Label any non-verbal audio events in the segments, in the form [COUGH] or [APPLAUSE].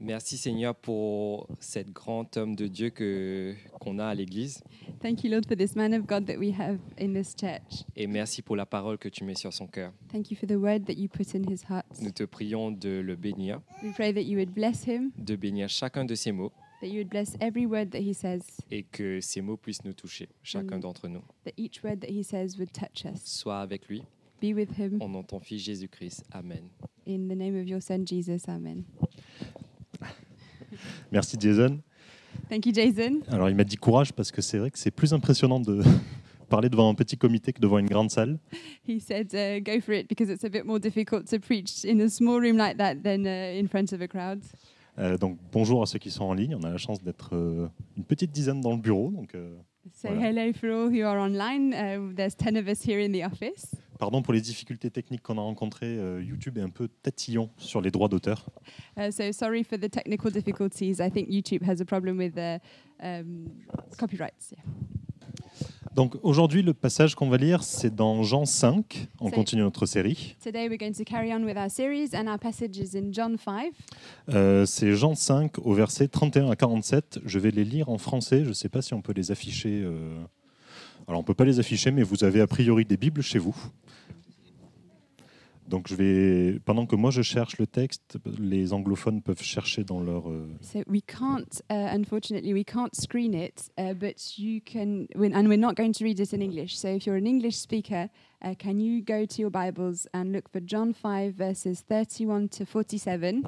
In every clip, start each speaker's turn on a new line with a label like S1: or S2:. S1: Merci Seigneur pour cette grand homme de Dieu que qu'on a à l'église
S2: Thank you, Lord, for this man of God that we have in this church.
S1: et merci pour la parole que tu mets sur son cœur.
S2: Thank you for the word that you put in his heart.
S1: Nous te prions de le bénir,
S2: We pray that you would bless him,
S1: de bénir chacun de ses mots
S2: that you would bless every word that he says,
S1: et que ces mots puissent nous toucher, chacun
S2: Amen.
S1: d'entre nous.
S2: that each word that he says would touch us.
S1: Sois avec lui,
S2: Be with him
S1: en nom de ton fils Jésus-Christ. Amen.
S2: in the name of your son, Jesus. Amen.
S3: Merci Jason.
S2: Thank you, Jason.
S3: Alors il m'a dit courage parce que c'est vrai que c'est plus impressionnant de [LAUGHS] parler devant un petit comité que devant une grande salle.
S2: He said, uh, go for it because it's a bit more difficult to preach in a small room like that than uh, in front of a crowd.
S3: Euh, donc bonjour à ceux qui sont en ligne. On a la chance d'être euh, une petite dizaine dans le bureau. Donc euh,
S2: So,
S3: Voilà.
S2: hello for all who are online. Uh, there's 10 of us here in the office.
S3: pardon pour les difficultés techniques qu'on a rencontrées. Euh, YouTube est un peu tatillon sur les droits d'auteur.
S2: Uh, so sorry for the technical difficulties. I think YouTube has a problem with the um, copyrights. Yeah.
S3: Donc aujourd'hui le passage qu'on va lire c'est dans Jean 5. On
S2: C'est-
S3: continue notre série.
S2: Today we're going to carry on with our series, and our passage is in John 5.
S3: Euh, c'est Jean 5 au verset 31 à 47. Je vais les lire en français. Je ne sais pas si on peut les afficher. euh. Alors on peut pas les afficher, mais vous avez a priori des Bibles chez vous. Donc je vais, pendant que moi je cherche le texte, les anglophones peuvent chercher dans leur. euh,
S2: So we can't, uh, unfortunately, we can't screen it, uh, but you can, when, and we're not going to read it in English. So if you're an English speaker, uh, can you go to your Bibles and look for John 5, verses 31 to 47?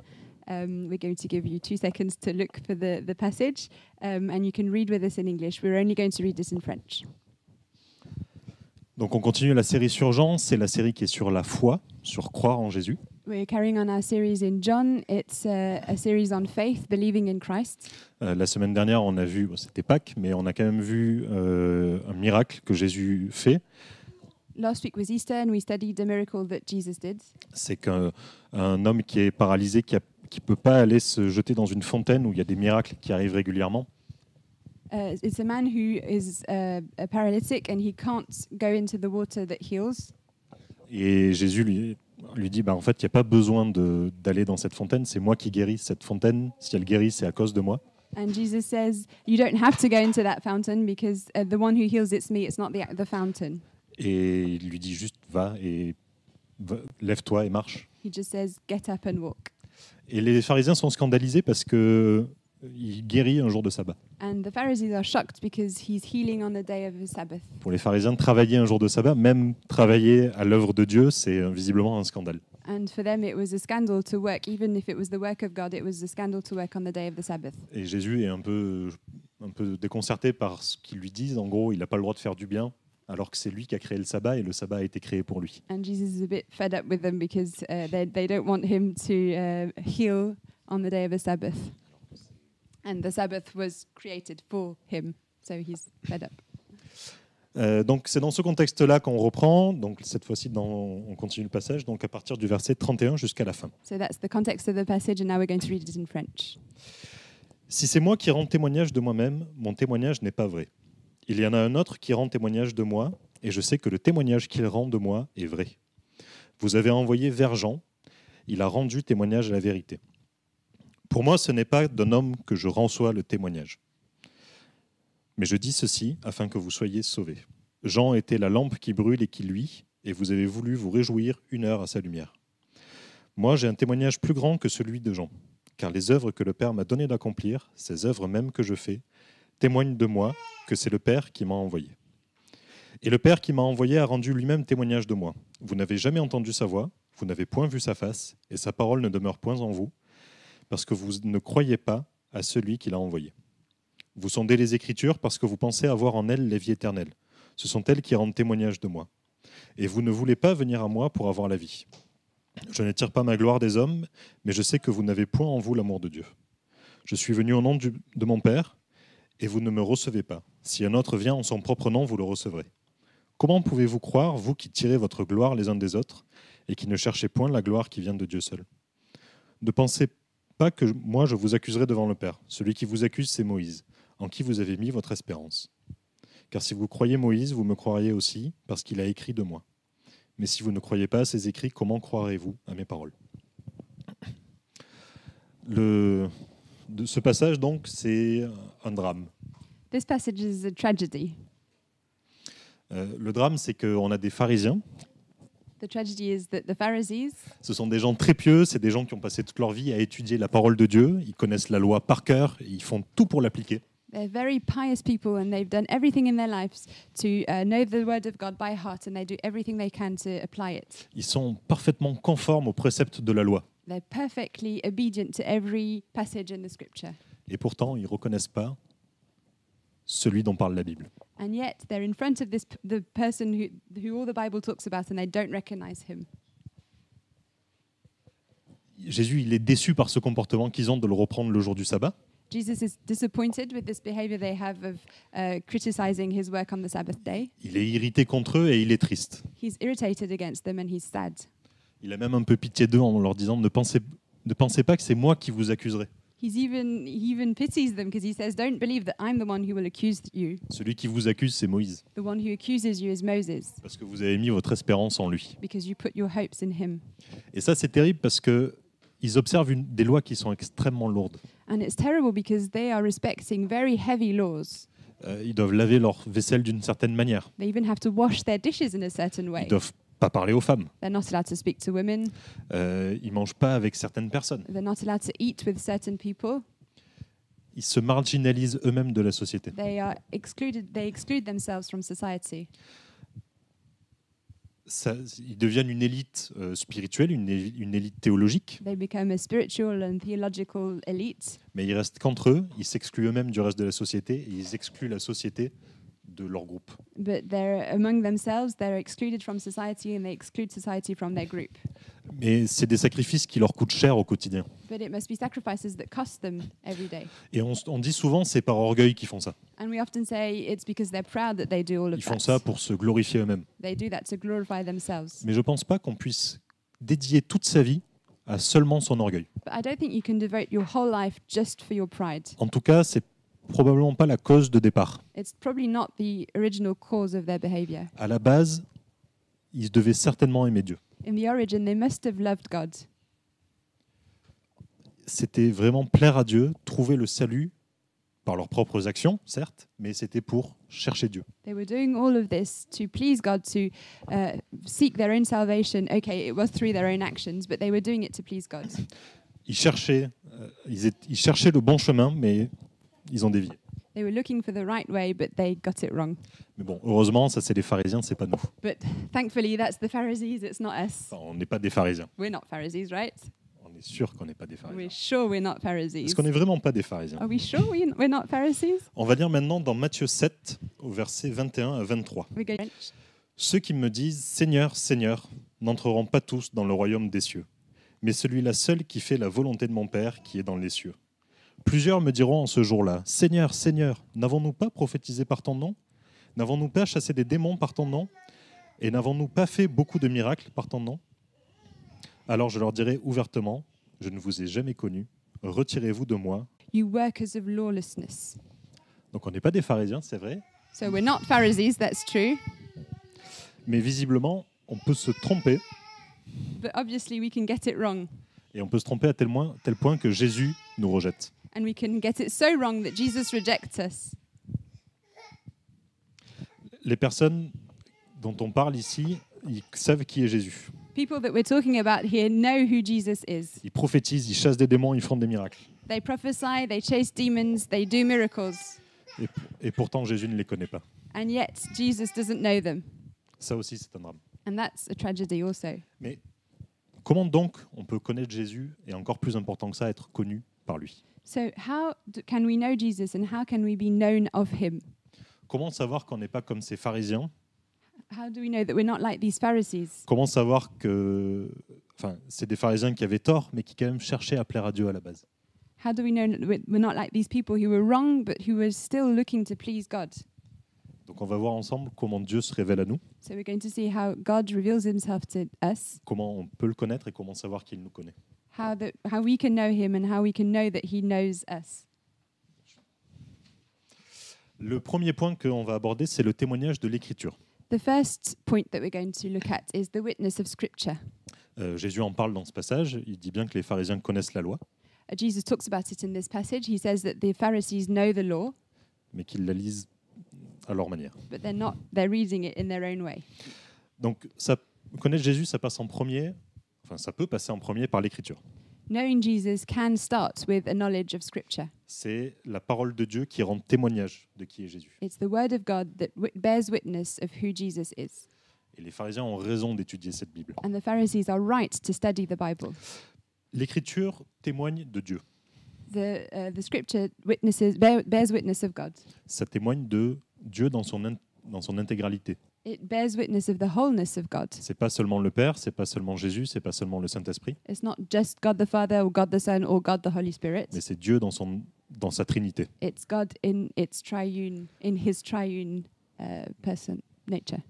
S2: Um, we're going to give you two seconds to look for the, the passage, um, and you can read with us in English. We're only going to read this in French.
S3: Donc on continue la série sur Jean. C'est la série qui est sur la foi, sur croire en Jésus.
S2: We're carrying on our series in John. It's a, a series on faith, believing in Christ.
S3: Euh, la semaine dernière, on a vu, bon, c'était Pâques, mais on a quand même vu euh, un miracle que Jésus fait.
S2: Last week was Easter, and we studied a miracle that Jesus did.
S3: c'est qu'un un homme qui est paralysé, qui ne peut pas aller se jeter dans une fontaine où il y a des miracles qui arrivent régulièrement.
S2: Uh, it's a man who is uh, a paralytic, and he can't go into the water that heals.
S3: Et Jésus lui, lui dit, bah, en fait, il n'y a pas besoin de- d'aller dans cette fontaine, c'est moi qui guéris cette fontaine. Si elle guérit, c'est à cause de moi.
S2: And Jesus says, "You don't have to go into that fountain because uh, the one who heals it's me. It's not the the fountain."
S3: Et il lui dit juste, va et va- lève-toi et marche.
S2: He just says, "Get up and walk."
S3: Et les pharisiens sont scandalisés parce que il guérit un jour de sabbat.
S2: And the Pharisees are shocked because he's healing on the day of the Sabbath.
S3: Pour les pharisiens, travailler un jour de sabbat, même travailler à l'œuvre de Dieu, c'est euh, visiblement un scandale.
S2: And for them, it was a scandal to work, even if it was the work of God, it was a scandal to work on the day of the Sabbath.
S3: Et Jésus est un peu, un peu déconcerté par ce qu'ils lui disent. En gros, il n'a pas le droit de faire du bien, alors que c'est lui qui a créé le sabbat et le sabbat a été créé pour lui.
S2: And Jesus is a bit fed up with them because uh, they, they don't want him to uh, heal on the day of the Sabbath. And the Sabbath was created for him, so he's fed up.
S3: Euh, donc c'est dans ce contexte-là qu'on reprend. Donc cette fois-ci, dans- on continue le passage. Donc à partir du verset 31 jusqu'à la fin.
S2: So that's the context of the passage, and now we're going to read it in French.
S3: Si c'est moi qui rends témoignage de moi-même, mon témoignage n'est pas vrai. Il y en a un autre qui rend témoignage de moi, et je sais que le témoignage qu'il rend de moi est vrai. Vous avez envoyé vers Jean, il a rendu témoignage à la vérité. Pour moi, ce n'est pas d'un homme que je rençois le témoignage. Mais je dis ceci afin que vous soyez sauvés. Jean était la lampe qui brûle et qui luit, et vous avez voulu vous réjouir une heure à sa lumière. Moi, j'ai un témoignage plus grand que celui de Jean car les œuvres que le Père m'a donné d'accomplir, ces œuvres même que je fais, témoignent de moi que c'est le Père qui m'a envoyé. Et le Père qui m'a envoyé a rendu lui-même témoignage de moi. Vous n'avez jamais entendu sa voix, vous n'avez point vu sa face, et sa parole ne demeure point en vous, parce que vous ne croyez pas à celui qui l'a envoyé. Vous sondez les Écritures parce que vous pensez avoir en elles la vie éternelle. Ce sont elles qui rendent témoignage de moi. Et vous ne voulez pas venir à moi pour avoir la vie. Je n'attire pas ma gloire des hommes, mais je sais que vous n'avez point en vous l'amour de Dieu. Je suis venu au nom du- de mon Père, et vous ne me recevez pas. Si un autre vient en son propre nom, vous le recevrez. Comment pouvez-vous croire, vous qui tirez votre gloire les uns des autres, et qui ne cherchez point la gloire qui vient de Dieu seul Ne pensez pas que moi je vous accuserai devant le Père. Celui qui vous accuse, c'est Moïse, en qui vous avez mis votre espérance. Car si vous croyez Moïse, vous me croiriez aussi, parce qu'il a écrit de moi. Mais si vous ne croyez pas à ses écrits, comment croirez-vous à mes paroles Le, de ce passage, donc, c'est un drame.
S2: This passage is a tragedy.
S3: Euh, le drame, c'est qu'on a des pharisiens.
S2: The tragedy is that the Pharisees,
S3: Ce sont des gens très pieux, c'est des gens qui ont passé toute leur vie à étudier la parole de Dieu. Ils connaissent la loi par cœur, et ils font tout pour l'appliquer.
S2: they're very pious people and they've done everything in their lives to uh, know the word of God by heart and they do everything they can to apply it.
S3: Ils sont parfaitement conformes aux préceptes de la loi.
S2: They're perfectly obedient to every passage in the scripture.
S3: Et pourtant, ils ne reconnaissent pas celui dont parle la Bible.
S2: And yet they're in front of this p- the person who, who all the Bible talks about and they don't recognize him.
S3: Jésus, il est déçu par ce comportement qu'ils ont de le reprendre le jour du sabbat.
S2: Jesus is disappointed with this behavior they have of uh, criticizing his work on the Sabbath day.
S3: Il est irrité contre eux et il est triste.
S2: He's irritated against them and he's sad.
S3: Il a même un peu pitié d'eux en leur disant ne pensez, ne pensez pas que c'est moi qui vous accuserai.
S2: He's even, he even pities them because he says, Don't believe that I'm the one who will accuse you.
S3: Celui qui vous accuse, c'est Moïse,
S2: The one who accuses you is Moses
S3: parce que vous avez mis votre espérance en lui.
S2: because you put your hopes in him.
S3: Et ça, c'est terrible parce que ils observent une- des lois qui sont extrêmement lourdes.
S2: And it's terrible because they are respecting very heavy laws.
S3: Euh, ils doivent laver leur vaisselle d'une certaine manière.
S2: They even have to wash their dishes in a certain way.
S3: Ils doivent pas parler aux femmes.
S2: They're not allowed to speak to women.
S3: Euh, ils mangent pas avec certaines personnes.
S2: They're not allowed to eat with certain people.
S3: Ils se marginalisent eux-mêmes de la société.
S2: They are excluded. They exclude themselves from society.
S3: Ça- ils deviennent une élite euh, spirituelle, une, éli- une élite théologique,
S2: They become a spiritual and theological elite,
S3: mais ils restent qu'entre eux. Ils s'excluent eux-mêmes du reste de la société et ils excluent la société de leur groupe.
S2: but they're among themselves. They're excluded from society and they exclude society from their group.
S3: Mais c'est des sacrifices qui leur coûtent cher au quotidien.
S2: But it must be sacrifices that cost them every day.
S3: Et on, s- on dit souvent c'est par orgueil qu'ils font ça.
S2: And we often say it's because they're proud that they do all of
S3: Ils font
S2: that.
S3: ça pour se glorifier eux-mêmes.
S2: They do that to glorify themselves.
S3: Mais je ne pense pas qu'on puisse dédier toute sa vie à seulement son orgueil.
S2: But I don't think you can devote your whole life just for your pride.
S3: En tout cas, c'est probablement pas la cause de départ.
S2: It's probably not the original cause of their behavior.
S3: À la base, ils devaient certainement aimer Dieu.
S2: In the origin, they must have loved God.
S3: C'était vraiment plaire à Dieu, trouver le salut par leurs propres actions, certes, mais c'était pour chercher Dieu.
S2: They were doing all of this to please God, to uh, seek their own salvation. Okay, it was through their own actions, but they were doing it to please God.
S3: Ils cherchaient, euh, ils étaient- ils cherchaient le bon chemin, mais ils ont dévié.
S2: They were looking for the right way, but they got it wrong.
S3: Mais bon, heureusement, ça c'est les pharisiens, c'est pas nous.
S2: But thankfully, that's the Pharisees, it's not us.
S3: Enfin, on n'est pas des pharisiens.
S2: We're not Pharisees, right?
S3: On est sûr qu'on n'est pas des pharisiens.
S2: We're sure we're not
S3: Est-ce
S2: Pharisees.
S3: qu'on n'est vraiment pas des pharisiens
S2: Are we sure we- we're not Pharisees?
S3: On va lire maintenant dans Matthieu 7, au verset 21 à 23.
S2: We go,
S3: Ceux qui me disent Seigneur, Seigneur, n'entreront pas tous dans le royaume des cieux, mais celui-là seul qui fait la volonté de mon Père qui est dans les cieux. Plusieurs me diront en ce jour-là Seigneur, Seigneur, n'avons-nous pas prophétisé par ton nom N'avons-nous pas chassé des démons par ton nom Et n'avons-nous pas fait beaucoup de miracles par ton nom Alors je leur dirai ouvertement Je ne vous ai jamais connu, retirez-vous de moi.
S2: you workers of lawlessness.
S3: Donc on n'est pas des pharisiens, c'est vrai,
S2: So we're not Pharisees, that's true.
S3: mais visiblement, on peut se tromper
S2: But obviously, we can get it wrong.
S3: Et on peut se tromper à tel, moins- tel point que Jésus nous rejette.
S2: And we can get it so wrong that Jesus rejects us.
S3: Les personnes dont on parle ici, ils savent qui est Jésus.
S2: People that we're talking about here know who Jesus is.
S3: Ils prophétisent, ils chassent des démons, ils font des miracles.
S2: They prophesy, they chase demons, they do miracles,
S3: Et, et pourtant, Jésus ne les connaît pas.
S2: and yet Jesus doesn't know them.
S3: Ça aussi, c'est un drame.
S2: And that's a tragedy also.
S3: Mais comment donc on peut connaître Jésus et encore plus important que ça, être connu par lui
S2: So, how d- can we know Jesus and how can we be known of him?
S3: Comment savoir qu'on n'est pas comme ces pharisiens
S2: How do we know that we're not like these Pharisees?
S3: Comment savoir que... Enfin, c'est des pharisiens qui avaient tort, mais qui quand même cherchaient à plaire à Dieu à la base.
S2: How do we know that we're we're not like these people who were wrong but who were still looking to please God?
S3: Donc on va voir ensemble comment Dieu se révèle à nous,
S2: So, we're going to see how God reveals himself to us,
S3: comment on peut le connaître et comment savoir qu'il nous connaît.
S2: how, that, how we can know him, and how we can know that he knows us.
S3: Le premier point qu'on va aborder, c'est le témoignage de l'Écriture.
S2: The first point that we're going to look at is the witness of Scripture.
S3: Euh, Jésus en parle dans ce passage. Il dit bien que les pharisiens connaissent la loi.
S2: Uh, Jesus talks about it in this passage. He says that the Pharisees know the law,
S3: mais qu'ils la lisent à leur manière.
S2: but they're not, they're reading it in their own way.
S3: Donc, ça, connaître Jésus, ça passe en premier, enfin, ça peut passer en premier par l'écriture.
S2: Knowing Jesus can start with a knowledge of Scripture.
S3: C'est la parole de Dieu qui rend témoignage de qui est Jésus.
S2: It's the Word of God that wit bears witness of who Jesus is.
S3: Et les pharisiens ont raison d'étudier cette Bible.
S2: And the Pharisees are right to study the Bible.
S3: L'écriture témoigne de Dieu.
S2: The, uh, the Scripture witnesses, bear, bears witness of God,
S3: Ça témoigne de Dieu dans son, in- dans son intégralité.
S2: it bears witness of the wholeness of God.
S3: C'est pas seulement le Père, c'est pas seulement Jésus, c'est pas seulement le Saint-Esprit,
S2: It's not just God the Father or God the Son or God the Holy Spirit.
S3: mais c'est Dieu dans, son, dans sa Trinité.
S2: It's God in its triune, in His triune uh, person nature.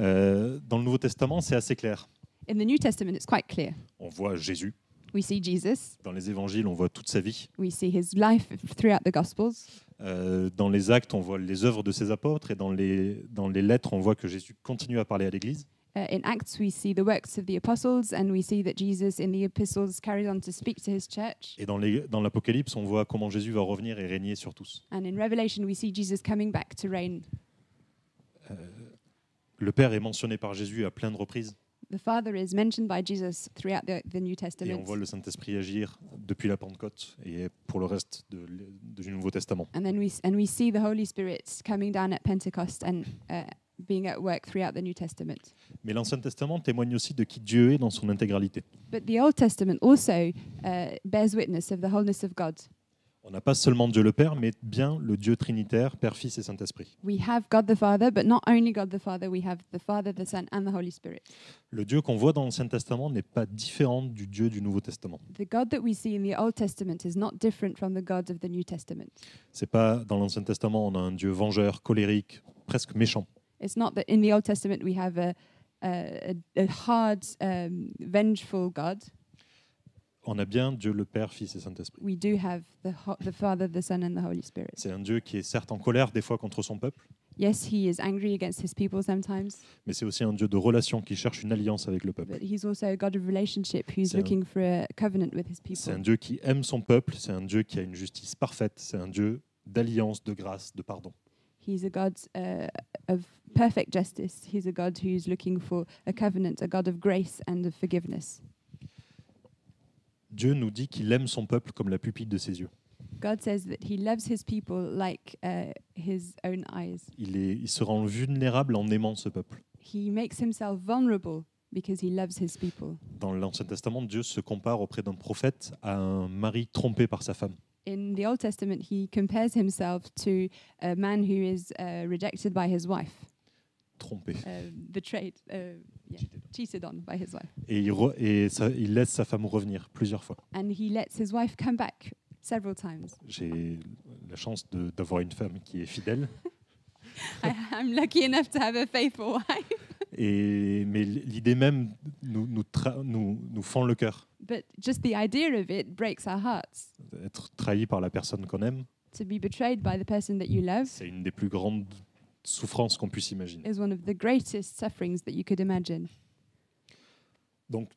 S3: Euh, dans le Nouveau Testament, c'est assez clair.
S2: In the New Testament, it's quite clear.
S3: On voit Jésus.
S2: We see Jesus.
S3: Dans les évangiles, on voit toute sa vie.
S2: We see His life throughout the Gospels.
S3: Euh, dans les actes, on voit les œuvres de ses apôtres. Et dans les, dans les lettres, on voit que Jésus continue à parler à l'Église.
S2: Uh, in Acts, we see the works of the apostles, and we see that Jesus in the epistles carries on to speak to his church.
S3: Et dans les- dans l'Apocalypse, on voit comment Jésus va revenir et régner sur tous.
S2: And in Revelation, we see Jesus coming back to reign.
S3: Le Père est mentionné par Jésus à plein de reprises.
S2: The Father is mentioned by Jesus throughout the, the New
S3: Et on
S2: Testament.
S3: voit le Saint-Esprit agir depuis la Pentecôte et pour le reste de l'é- du Nouveau Testament.
S2: And then we s- and we see the Holy Spirit coming down at Pentecost and uh, being at work throughout the New Testament.
S3: Mais l'Ancien Testament témoigne aussi de qui Dieu est dans son intégralité.
S2: But the Old Testament also uh, bears witness of the wholeness of God.
S3: On n'a pas seulement Dieu le Père, mais bien le Dieu Trinitaire, Père, Fils et Saint-Esprit.
S2: We have God the Father, but not only God the Father, we have the Father, the Son, and the Holy Spirit.
S3: Le Dieu qu'on voit dans l'Ancien Testament n'est pas différent du Dieu du Nouveau Testament.
S2: The God that we see in the Old Testament is not different from the God of the New Testament.
S3: C'est pas dans l'Ancien Testament, on a un Dieu vengeur, colérique, presque méchant.
S2: It's not that in the Old Testament we have a, a, a a hard, um, vengeful God.
S3: On a bien Dieu le Père, Fils et Saint-Esprit.
S2: We do have the, ho- the Father, the Son, and the Holy Spirit.
S3: C'est un Dieu qui est certes en colère des fois contre son peuple,
S2: Yes, he is angry against his people sometimes,
S3: mais c'est aussi un Dieu de relation qui cherche une alliance avec le peuple.
S2: but he's also a God of relationship who's
S3: So-
S2: looking for a covenant with his
S3: C'est un
S2: people.
S3: Dieu qui aime son peuple, c'est un Dieu qui a une justice parfaite, c'est un Dieu d'alliance, de grâce, de pardon.
S2: He's a God uh, of perfect justice. He's a God who's looking for a covenant, a God of grace and of forgiveness.
S3: Dieu nous dit qu'il aime son peuple comme la pupille de ses yeux.
S2: God says that he loves his people like uh, his own eyes.
S3: Il, est, il se rend vulnérable en aimant ce peuple.
S2: He makes himself vulnerable because he loves his people.
S3: Dans l'Ancien Testament, Dieu se compare auprès d'un prophète à un mari trompé par sa femme.
S2: In the Old Testament, he compares himself to a man who is uh, rejected by his wife,
S3: Trompé.
S2: uh, betrayed, uh, yeah, cheated on by his wife.
S3: Et, il, re- et ça- il laisse sa femme revenir plusieurs fois.
S2: And he lets his wife come back several times. [LAUGHS]
S3: J'ai la chance de- d'avoir une femme qui est fidèle.
S2: I, I'm lucky enough to have a faithful wife.
S3: Et, mais l'idée même nous, nous, tra- nous, nous fend le cœur.
S2: But just the idea of it breaks our hearts.
S3: Être trahi par la personne qu'on aime,
S2: To be betrayed by the person that you love
S3: c'est une des plus grandes souffrances qu'on puisse imaginer.
S2: is one of the greatest sufferings that you could imagine.
S3: Donc,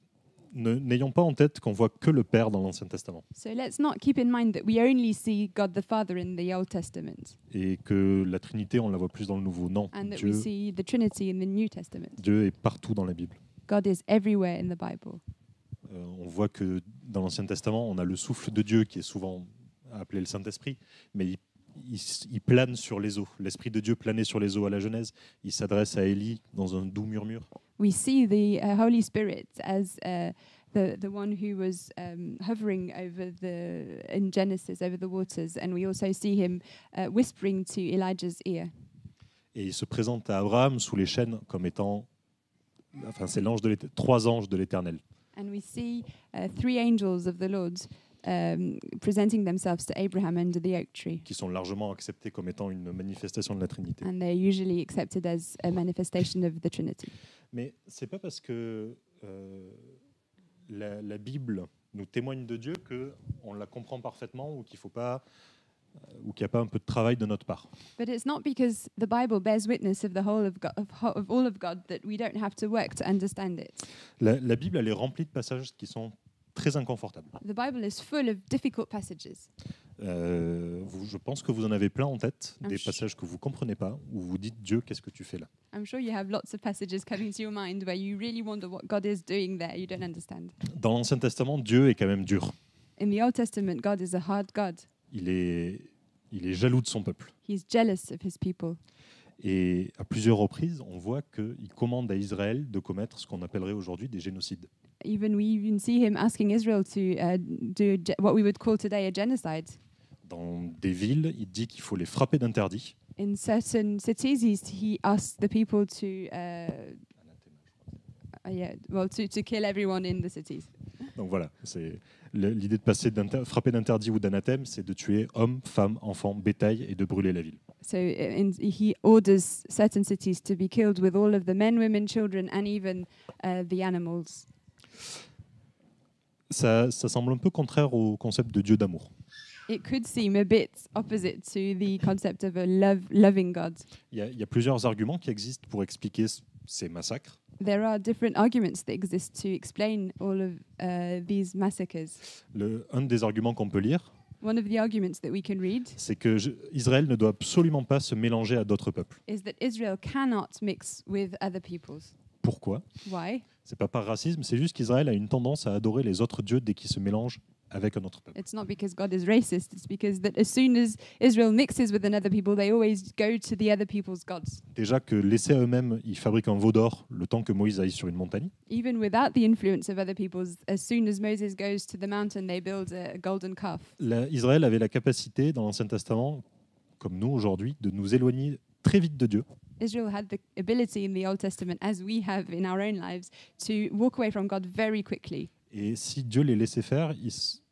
S3: ne- n'ayons pas en tête qu'on voit que le Père dans l'Ancien Testament
S2: So let's not keep in mind that we only see God the Father in the Old Testament.
S3: et que la Trinité, on la voit plus dans le Nouveau. Non,
S2: and that we
S3: Dieu,
S2: see the Trinity in the New Testament.
S3: Dieu est partout dans la Bible.
S2: God is everywhere in the Bible.
S3: Euh, on voit que dans l'Ancien Testament, on a le souffle de Dieu qui est souvent appelé le Saint-Esprit, mais il, il s- il plane sur les eaux. L'Esprit de Dieu planait sur les eaux à la Genèse. Il s'adresse à Élie dans un doux murmure.
S2: We see the uh, Holy Spirit as uh, the the one who was um, hovering over the in Genesis over the waters, and we also see him uh, whispering to Elijah's ear.
S3: Et il se présente à Abraham sous les chaînes comme étant. Enfin, c'est l'ange de l'Éte- trois anges de l'Éternel.
S2: And we see uh, three angels of the Lord um, presenting themselves to Abraham under the oak tree,
S3: qui sont largement acceptés comme étant une manifestation de la Trinité.
S2: and they're usually accepted as a manifestation of the Trinity.
S3: Mais c'est pas parce que euh, la, la Bible nous témoigne de Dieu que on la comprend parfaitement ou qu'il faut pas euh, ou qu'il n'y a pas un peu de travail de notre part.
S2: But it's not because the Bible bears witness of the whole of God, of, ho- of all of God that we don't have to work to understand it.
S3: La, la Bible, elle est remplie de passages qui sont très inconfortables.
S2: The Bible is full of difficult passages.
S3: Euh, vous- je pense que vous en avez plein en tête,
S2: Ah,
S3: des
S2: je-
S3: passages que vous comprenez pas, où vous dites Dieu, qu'est-ce que tu fais là
S2: I'm sure you have lots of passages coming to your mind where you really wonder what God is doing there. You don't understand.
S3: Dans l'Ancien Testament, Dieu est quand même dur.
S2: In the Old Testament, God is a hard God.
S3: Il est, il est jaloux de son peuple.
S2: He's jealous of his people.
S3: Et à plusieurs reprises, on voit qu'il commande à Israël de commettre ce qu'on appellerait aujourd'hui des génocides.
S2: Even we even see him asking Israel to uh, do ge- what we would call today a genocide.
S3: Dans des villes, il dit qu'il faut les frapper d'interdit.
S2: In certain cities, he's, he asks the people to, uh, uh, yeah, well, to, to kill everyone in the cities.
S3: Donc voilà, c'est le- l'idée de passer d'inter- frapper d'interdit ou d'anathème, c'est de tuer hommes, femmes, enfants, bétail et de brûler la ville.
S2: So uh, in, he orders certain cities to be killed with all of the men, women, children, and even uh, the animals.
S3: Ça, ça semble un peu contraire au concept de Dieu d'amour.
S2: It could seem a bit opposite to the concept of a love, loving God.
S3: Il y, a, il y a plusieurs arguments qui existent pour expliquer c- ces massacres.
S2: There are different arguments that exist to explain all of uh, these massacres.
S3: Le, un des arguments qu'on peut lire,
S2: One of the arguments that we can read
S3: c'est que je- Israël ne doit absolument pas se mélanger à d'autres peuples.
S2: is that Israel cannot mix with other peoples.
S3: Pourquoi
S2: Why?
S3: C'est pas par racisme, c'est juste qu'Israël a une tendance à adorer les autres dieux dès qu'ils se mélangent avec un autre peuple.
S2: It's not because God is racist. It's because that as soon as Israel mixes with another people, they always go to the other people's gods.
S3: Déjà que laissés à eux-mêmes, ils fabriquent un veau d'or le temps que Moïse aille sur une montagne.
S2: Even without the influence of other peoples, as soon as Moses goes to the mountain, they build a golden calf.
S3: La- Israël avait la capacité, dans l'Ancien Testament, comme nous aujourd'hui, de nous éloigner très vite de Dieu
S2: Israel had the ability in the Old Testament, as we have in our own lives, to walk away from God very quickly.
S3: Et si Dieu les laissait faire, il s-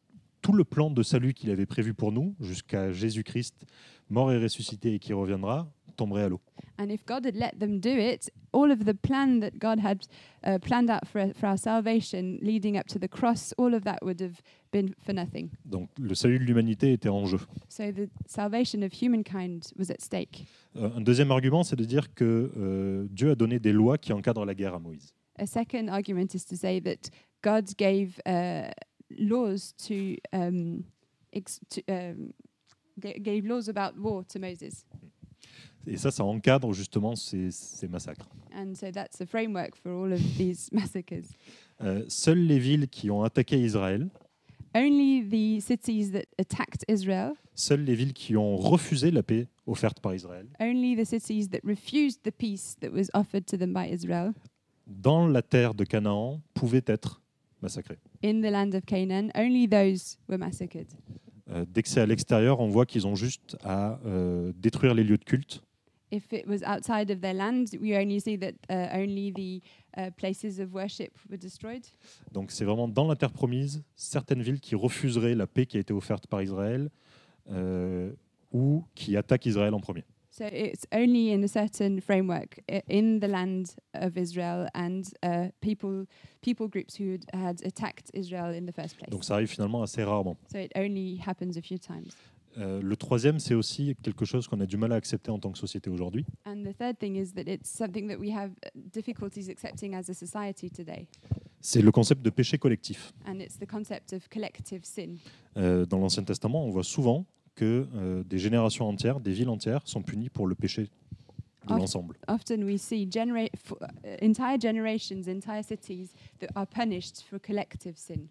S3: tout le plan de salut qu'il avait prévu pour nous, jusqu'à Jésus-Christ, mort et ressuscité et qui reviendra, tomberait à l'eau.
S2: And if God had let them do it, all of the plan that God had uh, planned out for, for our salvation leading up to the cross, all of that would have been for nothing.
S3: Donc le salut de l'humanité était en jeu.
S2: So the salvation of humankind was at stake.
S3: Euh, Un deuxième argument, c'est de dire que euh, Dieu a donné des lois qui encadrent la guerre à Moïse.
S2: A second argument is to say that God gave uh, laws to, um, ex- to um, ga- gave laws about war to Moses,
S3: Et ça, ça encadre justement ces, ces massacres.
S2: and so that's the framework for all of these [LAUGHS] massacres.
S3: Euh, seules les villes qui ont attaqué Israël,
S2: Only the cities that attacked Israel,
S3: seules les villes qui ont refusé la paix offerte par Israël,
S2: only the cities that refused the peace that was offered to them by Israel
S3: dans la terre de Canaan, pouvaient être massacrées.
S2: in the land of Canaan, only those were massacred.
S3: Euh, dès que c'est à l'extérieur, on voit qu'ils ont juste à euh, détruire les lieux de culte,
S2: If it was outside of their land, we only see that uh, only the uh, places of worship were destroyed.
S3: Donc c'est vraiment dans la terre promise, certaines villes qui refuseraient la paix qui a été offerte par Israël euh, ou qui attaquent Israël en premier.
S2: So it's only in a certain framework i- in the land of Israel and uh, people people groups who had- had attacked Israel in the first place.
S3: Donc ça arrive finalement assez rarement.
S2: so it only happens a few times.
S3: Euh, le troisième, c'est aussi quelque chose qu'on a du mal à accepter en tant que société aujourd'hui,
S2: And the third thing is that it's something that we have uh, difficulties accepting as a society today,
S3: c'est le concept de péché collectif.
S2: and it's the concept of collective sin.
S3: Euh, dans l'Ancien Testament, on voit souvent que euh, des générations entières, des villes entières sont punies pour le péché de
S2: Ah.
S3: l'ensemble.
S2: Often we see genera- f- uh, entire generations, entire cities that are punished for collective sin,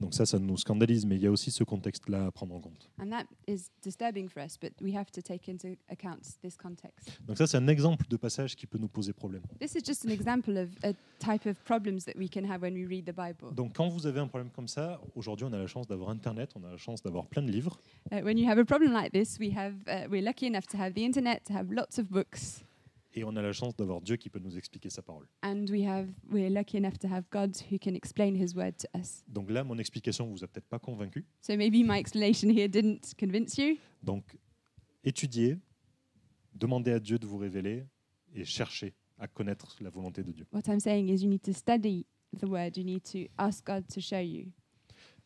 S3: Donc ça, ça nous scandalise, mais il y a aussi ce contexte-là à prendre en compte.
S2: and that is disturbing for us. But we have to take into account this context.
S3: Donc ça, c'est un exemple de passage qui peut nous poser problème.
S2: This is just an example of a type of problems that we can have when we read the Bible.
S3: Donc quand vous avez un problème comme ça, aujourd'hui, on a la chance d'avoir Internet, on a la chance d'avoir plein de livres.
S2: Uh, when you have a problem like this, we have uh, we're lucky enough to have the internet, to have lots of books,
S3: Et on a la chance d'avoir Dieu qui peut nous expliquer sa parole.
S2: and we have we're lucky enough to have God who can explain His word to us.
S3: Donc là, mon explication vous a peut-être pas convaincu.
S2: So maybe my explanation here didn't convince you.
S3: Donc étudiez, demandez à Dieu de vous révéler et cherchez à connaître la volonté de Dieu.
S2: What I'm saying is, you need to study the word. You need to ask God to show you.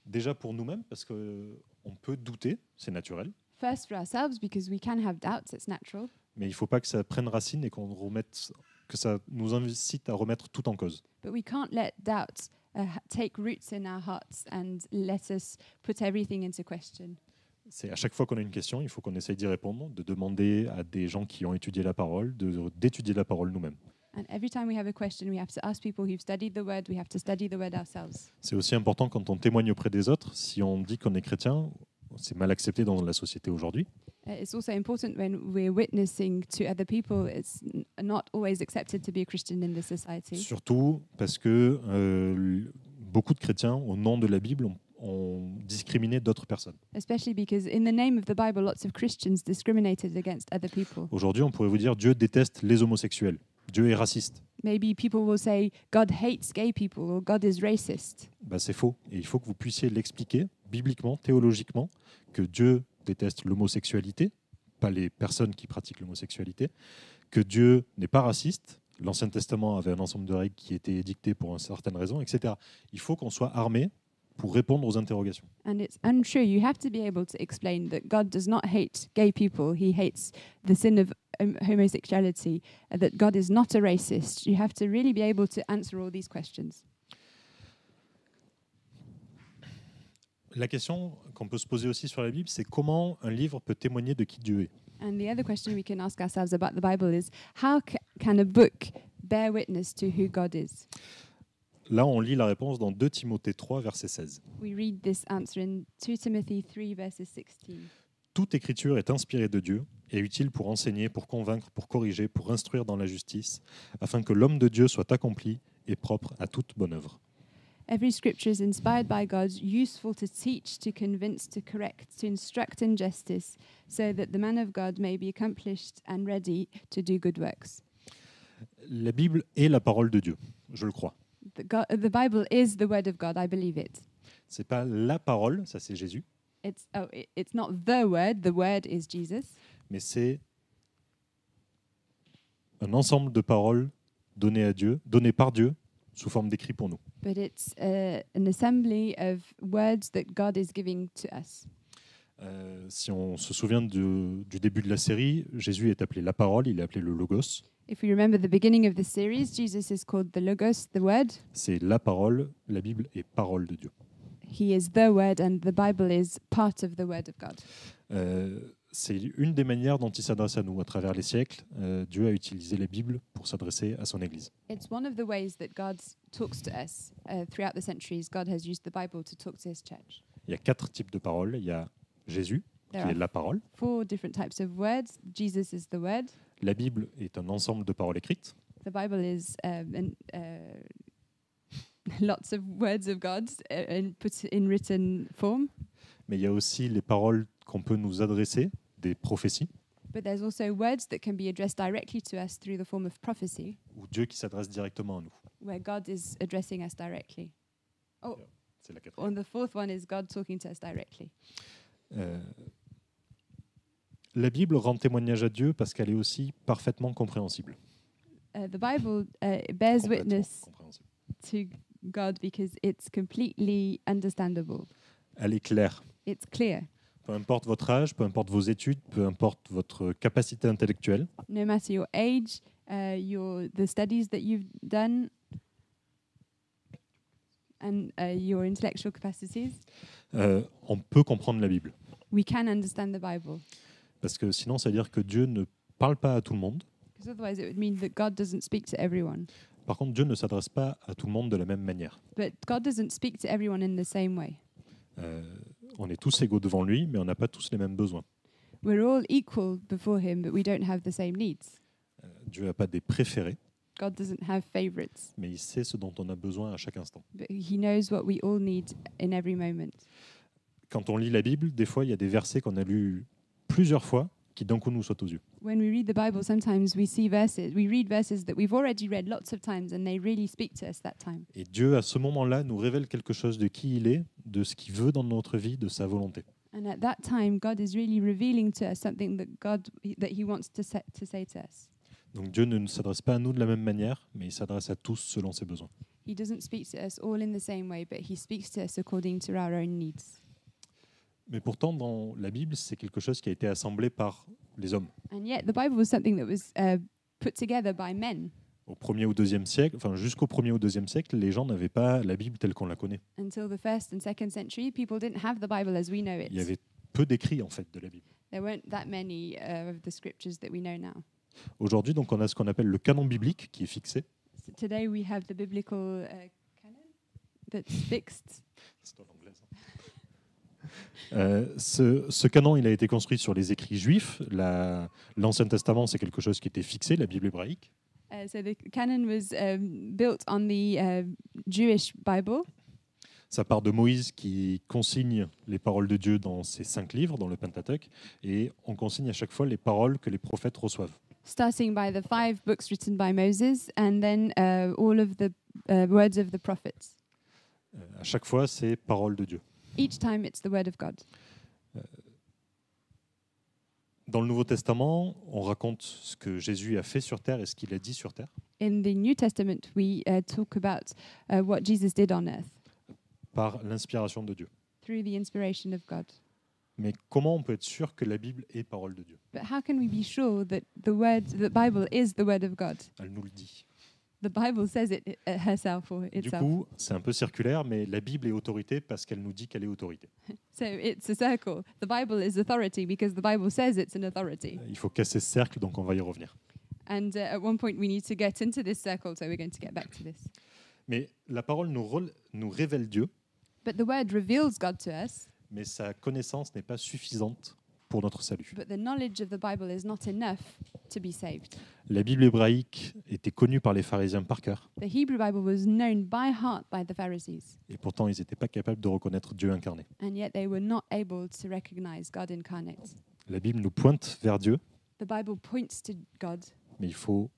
S3: Déjà pour nous-mêmes, parce que euh, on peut douter, c'est naturel,
S2: First for ourselves, because we can have doubts. It's natural,
S3: mais il faut pas que ça prenne racine et qu'on remette, que ça nous incite à remettre tout en cause.
S2: but we can't let doubts uh, ha- take roots in our hearts and let us put everything into question.
S3: C'est à chaque fois qu'on a une question, il faut qu'on essaye d'y répondre, de demander à des gens qui ont étudié la parole, de- d'étudier la parole nous-mêmes.
S2: And every time we have a question, we have to ask people who've studied the word, we have to study the word ourselves.
S3: C'est aussi important quand on témoigne auprès des autres, si on dit qu'on est chrétien, c'est mal accepté dans la société aujourd'hui,
S2: Uh, it's also important when we're witnessing to other people, it's n- not always accepted to be a Christian in this society.
S3: surtout parce que euh, l- beaucoup de chrétiens, au nom de la Bible, ont, ont discriminé d'autres personnes.
S2: especially because in the name of the Bible, lots of Christians discriminated against other people.
S3: Aujourd'hui, on pourrait vous dire Dieu déteste les homosexuels, Dieu est raciste.
S2: Maybe people will say God hates gay people or God is racist.
S3: Bah, c'est faux. Et il faut que vous puissiez l'expliquer bibliquement, théologiquement, que Dieu déteste l'homosexualité, pas les personnes qui pratiquent l'homosexualité, que Dieu n'est pas raciste. L'Ancien Testament avait un ensemble de règles qui étaient édictées pour une certaine raison, etc. Il faut qu'on soit armé pour répondre aux interrogations.
S2: And it's untrue. You have to be able to explain that God does not hate gay people. He hates the sin of hom- homosexuality, uh, that God is not a racist. You have to really be able to answer all these questions.
S3: La question qu'on peut se poser aussi sur la Bible, c'est comment un livre peut témoigner de qui Dieu est.
S2: And the other question we can ask ourselves about the Bible is how ca- can a book bear witness to who God is?
S3: Là, on lit la réponse dans 2 Timothée 3, verset 16.
S2: We read this answer in 2 Timothy 3, verses 16.
S3: Toute écriture est inspirée de Dieu et utile pour enseigner, pour convaincre, pour corriger, pour instruire dans la justice, afin que l'homme de Dieu soit accompli et propre à toute bonne œuvre.
S2: Every scripture is inspired by God, useful to teach, to convince, to correct, to instruct in justice, so that the man of God may be accomplished and ready to do good works.
S3: La Bible est la parole de Dieu, je le crois.
S2: The, God, the Bible is the word of God. I believe it.
S3: C'est pas la parole, ça c'est Jésus,
S2: It's oh, it, it's not the word. The word is Jesus.
S3: mais c'est un ensemble de paroles données à Dieu, données par Dieu sous forme d'écrit pour nous.
S2: But it's uh, an assembly of words that God is giving to us.
S3: Euh, si on se souvient de- du début de la série, Jésus est appelé la parole, il est appelé le logos.
S2: If we remember the beginning of the series, Jesus is called the Logos, the Word.
S3: C'est la parole, la Bible est parole de Dieu.
S2: He is the Word, and the Bible is part of the Word of God.
S3: Euh, c'est une des manières dont il s'adresse à nous. À travers les siècles, euh, Dieu a utilisé la Bible pour s'adresser à son Église.
S2: It's one of the ways that God talks to us uh, throughout the centuries. God has used the Bible to talk to his church.
S3: Il y a quatre types de paroles. Il y a Jésus, qui
S2: There
S3: est
S2: are
S3: la parole.
S2: four different types of words. Jesus is the word.
S3: La Bible est un ensemble de paroles écrites.
S2: The Bible is um, an, uh, [LAUGHS] lots of words of God uh, and put in written form.
S3: Mais il y a aussi les paroles qu'on peut nous adresser, des prophéties,
S2: But there's also words that can be addressed directly to us through the form of prophecy,
S3: ou Dieu qui s'adresse directement à nous.
S2: where God is addressing us directly.
S3: C'est la quatrième.
S2: And the fourth one is God talking to us directly.
S3: Euh, la Bible rend témoignage à Dieu parce qu'elle est aussi parfaitement compréhensible.
S2: Uh, the Bible uh, bears
S3: Complètement
S2: witness
S3: compréhensible.
S2: to God because it's completely understandable.
S3: Elle est claire.
S2: It's clear.
S3: Peu importe votre âge, peu importe vos études, peu importe votre capacité intellectuelle,
S2: No matter your age, uh, your the studies that you've done, and uh, your intellectual capacities,
S3: euh, on peut comprendre la Bible.
S2: we can understand the Bible.
S3: Parce que sinon, ça veut dire que Dieu ne parle pas à tout le monde.
S2: Because otherwise, it would mean that God doesn't speak to everyone.
S3: Par contre, Dieu ne s'adresse pas à tout le monde de la même manière.
S2: But God doesn't speak to everyone in the same way.
S3: Euh, on est tous égaux devant lui, mais on n'a pas tous les mêmes besoins.
S2: We're all equal before Him, but we don't have the same needs.
S3: Euh, Dieu n'a pas des préférés,
S2: God doesn't have favorites,
S3: mais il sait ce dont on a besoin à chaque instant.
S2: but He knows what we all need in every moment.
S3: Quand on lit la Bible, des fois, il y a des versets qu'on a lus plusieurs fois qui d'un coup nous sautent aux yeux.
S2: When we read the Bible, sometimes we see verses, we read verses that we've already read lots of times, and they really speak to us that time.
S3: Et Dieu, à ce moment-là, nous révèle quelque chose de qui il est, de ce qu'il veut dans notre vie, de sa volonté.
S2: And at that time, God is really revealing to us something that God that He wants to set, to say to us.
S3: Donc Dieu ne s'adresse pas à nous de la même manière, mais il s'adresse à tous selon ses besoins.
S2: He doesn't speak to us all in the same way, but He speaks to us according to our own needs.
S3: Mais pourtant, dans la Bible, c'est quelque chose qui a été assemblé par les hommes.
S2: And yet, the Bible was something that was uh, put together by men.
S3: au premier ou deuxième siècle, enfin jusqu'au premier ou deuxième siècle, les gens n'avaient pas la Bible telle qu'on la connaît.
S2: Until the first and second century, people didn't have the Bible as we know it.
S3: Il y avait peu d'écrits en fait de la Bible.
S2: There weren't that many uh, of the scriptures that we know now.
S3: Aujourd'hui, donc, on a ce qu'on appelle le canon biblique qui est fixé.
S2: So today we have the biblical uh, canon that's fixed.
S3: C'est en anglais, ça. Euh, ce, ce canon, il a été construit sur les écrits juifs. La- L'Ancien Testament, c'est quelque chose qui était fixé, la Bible hébraïque.
S2: Uh, so the canon was um, built on the uh, Jewish Bible.
S3: Ça part de Moïse qui consigne les paroles de Dieu dans ses cinq livres, dans le Pentateuch, et on consigne à chaque fois les paroles que les prophètes reçoivent.
S2: starting by the five books written by Moses and then uh, all of the uh, words of the prophets.
S3: Euh, à chaque fois, c'est paroles de Dieu.
S2: Each time it's the word of God.
S3: Dans le Nouveau Testament, on raconte ce que Jésus a fait sur terre et ce qu'il a dit sur terre
S2: In the New Testament, we uh, talk about uh, what Jesus did on earth
S3: par l'inspiration de Dieu.
S2: through the inspiration of God.
S3: Mais comment on peut être sûr que la Bible est parole de Dieu
S2: But how can we be sure that the word, the Bible is the word of God?
S3: Elle nous le dit.
S2: The Bible says it uh, herself or
S3: du
S2: itself.
S3: coup, c'est un peu circulaire, mais la Bible est autorité parce qu'elle nous dit qu'elle est autorité.
S2: So it's a circle. The Bible is authority because the Bible says it's an authority.
S3: Il faut casser ce cercle, donc on va y revenir.
S2: And uh, at one point, we need to get into this circle, so we're going to get back to this.
S3: Mais la parole nous, rel- nous révèle Dieu,
S2: But the word reveals God to us.
S3: mais sa connaissance n'est pas suffisante pour notre salut.
S2: But the knowledge of the Bible is not enough to be saved.
S3: La Bible hébraïque était connue par les pharisiens par cœur,
S2: The Hebrew Bible was known by heart by the Pharisees,
S3: et pourtant ils n'étaient pas capables de reconnaître Dieu incarné.
S2: and yet they were not able to recognize God incarnate.
S3: La Bible nous pointe vers Dieu,
S2: The Bible points to God,
S3: mais il faut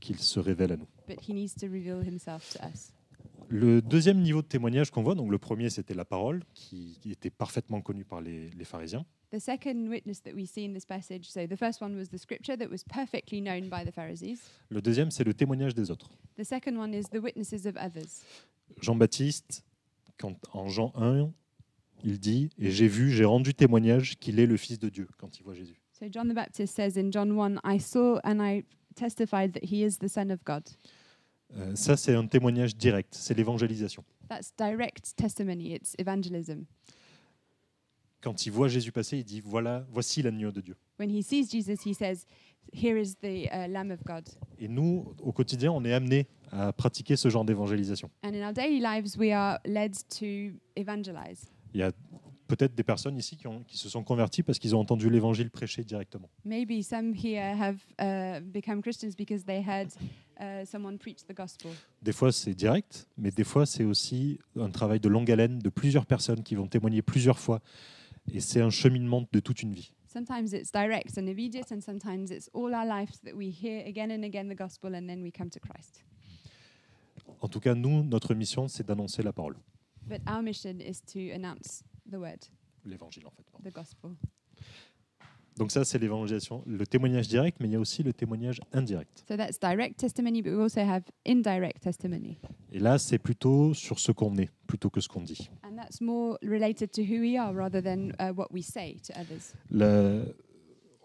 S3: qu'il se révèle à nous.
S2: but he needs to reveal himself to us.
S3: Le deuxième niveau de témoignage qu'on voit, donc le premier c'était la parole, qui qui était parfaitement connue par les- les pharisiens.
S2: The second witness that we see in this passage so the first one was the scripture that was perfectly known by the Pharisees.
S3: Le deuxième, c'est le témoignage des autres.
S2: The second one is the witnesses of others.
S3: Jean-Baptiste, quand en Jean 1, il dit Et j'ai vu, j'ai rendu témoignage qu'il est le Fils de Dieu quand il voit Jésus.
S2: So John the Baptist says in John 1, I saw and I testified that he is the Son of God.
S3: Euh, ça, c'est un témoignage direct, c'est l'évangélisation.
S2: That's direct testimony, it's evangelism.
S3: Quand il voit Jésus passer, il dit Voilà, voici l'agneau de Dieu.
S2: When he sees Jesus, he says, Here is the uh, Lamb of God.
S3: Et nous, au quotidien, on est amené à pratiquer ce genre d'évangélisation.
S2: And in our daily lives, we are led to evangelize.
S3: Il y a peut-être des personnes ici qui, ont- qui se sont converties parce qu'ils ont entendu l'évangile prêché directement.
S2: Maybe some here have uh, become Christians because they heard uh, someone preach the gospel.
S3: Des fois, c'est direct, mais des fois, c'est aussi un travail de longue haleine de plusieurs personnes qui vont témoigner plusieurs fois. Et c'est un cheminement de toute une vie.
S2: Sometimes it's direct and immediate, and sometimes it's all our lives that we hear again and again the gospel, and then we come to Christ.
S3: En tout cas, nous, notre mission, c'est d'annoncer la parole.
S2: But our mission is to announce the word,
S3: L'évangile, en fait. pardon.
S2: the gospel.
S3: Donc ça, c'est l'évangélisation, le témoignage direct, mais il y a aussi le témoignage indirect.
S2: So that's direct testimony, but we also have indirect testimony.
S3: Et là, c'est plutôt sur ce qu'on est, plutôt que ce qu'on dit.
S2: And that's more related to who we are rather than uh, what we say to others.
S3: Le-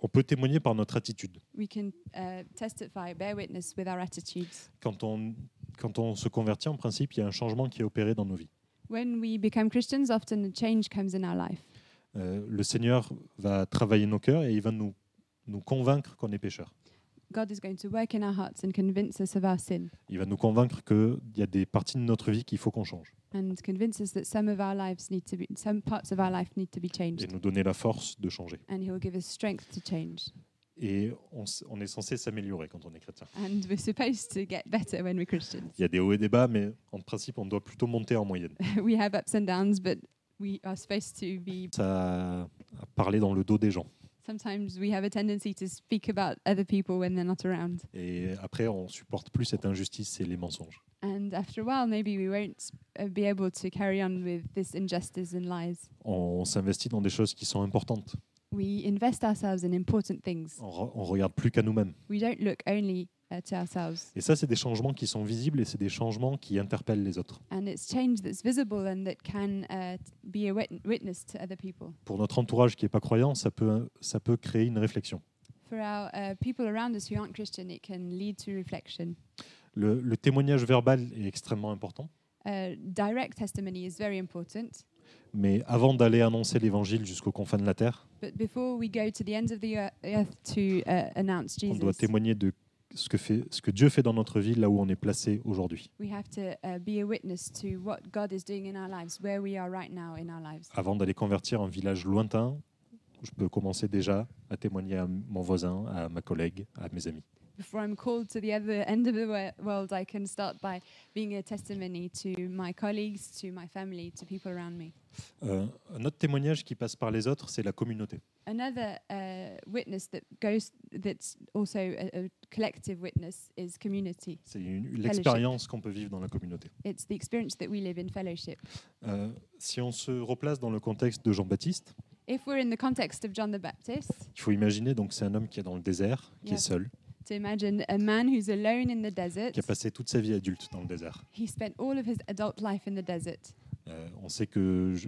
S3: On peut témoigner par notre attitude.
S2: we can uh, testify, bear witness with our attitudes.
S3: Quand on, quand on se convertit, en principe, il y a un changement qui est opéré dans nos vies.
S2: When we become Christians, often a change comes in our life.
S3: Euh, le Seigneur va travailler nos cœurs et il va nous, nous convaincre qu'on est pécheurs.
S2: God is going to work in our hearts and convince us of our sin
S3: Il va nous convaincre qu'il y a des parties de notre vie qu'il faut qu'on change
S2: and convince us that some of our lives need to be, some parts of our life need to be
S3: et
S2: changed.
S3: nous donner la force de changer.
S2: And He will give us strength to change.
S3: Et on s- on est censé s'améliorer quand on est chrétien.
S2: And we're supposed to get better when we're Christians.
S3: Il y a des hauts et des bas, mais en principe, on doit plutôt monter en moyenne.
S2: [LAUGHS] we have ups and downs, but we are supposed to be.
S3: Ça a parlé dans le dos des gens.
S2: Sometimes we have a tendency to speak about other people when they're not around.
S3: Et après, on supporte plus cette injustice et les mensonges.
S2: And after a while, maybe we won't uh, be able to carry on with this injustice and lies.
S3: On s'investit dans des choses qui sont importantes.
S2: We invest ourselves in important things.
S3: On, re- on regarde plus qu'à nous-mêmes.
S2: We don't look only uh, to ourselves.
S3: Et ça, c'est des changements qui sont visibles et c'est des changements qui interpellent les autres.
S2: And it's change that's visible and that can uh, t- be a wit- witness to other people.
S3: Pour notre entourage qui n'est pas croyant, ça peut, ça peut créer une réflexion.
S2: For our uh, people around us who aren't Christian, it can lead to reflection.
S3: Le, le témoignage verbal est extrêmement important,
S2: Uh, direct testimony is very important,
S3: mais avant d'aller annoncer l'évangile jusqu'aux confins de la terre,
S2: but before we go to the ends of the ear- earth to uh, announce
S3: on doit
S2: Jesus,
S3: témoigner de ce que, fait, ce que Dieu fait dans notre vie, là où on est placé aujourd'hui,
S2: we have to uh, be a witness to what God is doing in our lives, where we are right now in our lives.
S3: avant d'aller convertir un village lointain. Je peux commencer déjà à témoigner à mon voisin, à ma collègue, à mes amis.
S2: Before I'm called to the other end of the wo- world, I can start by being a testimony to my colleagues, to my family, to people around me.
S3: Euh, un autre témoignage qui passe par les autres, c'est la communauté.
S2: Another uh, witness that goes, that's also a, a collective witness, is community.
S3: C'est une- l'expérience qu'on peut vivre dans la communauté.
S2: It's the experience that we live in fellowship.
S3: Euh, si on se replace dans le contexte de Jean-Baptiste,
S2: If we're in the context of John the Baptist,
S3: il faut imaginer donc c'est un homme qui est dans le désert, qui
S2: Yeah.
S3: est seul,
S2: to imagine a man who's alone in the desert,
S3: qui a passé toute sa vie adulte dans le désert.
S2: he spent all of his adult life in the desert.
S3: Euh, on sait que je-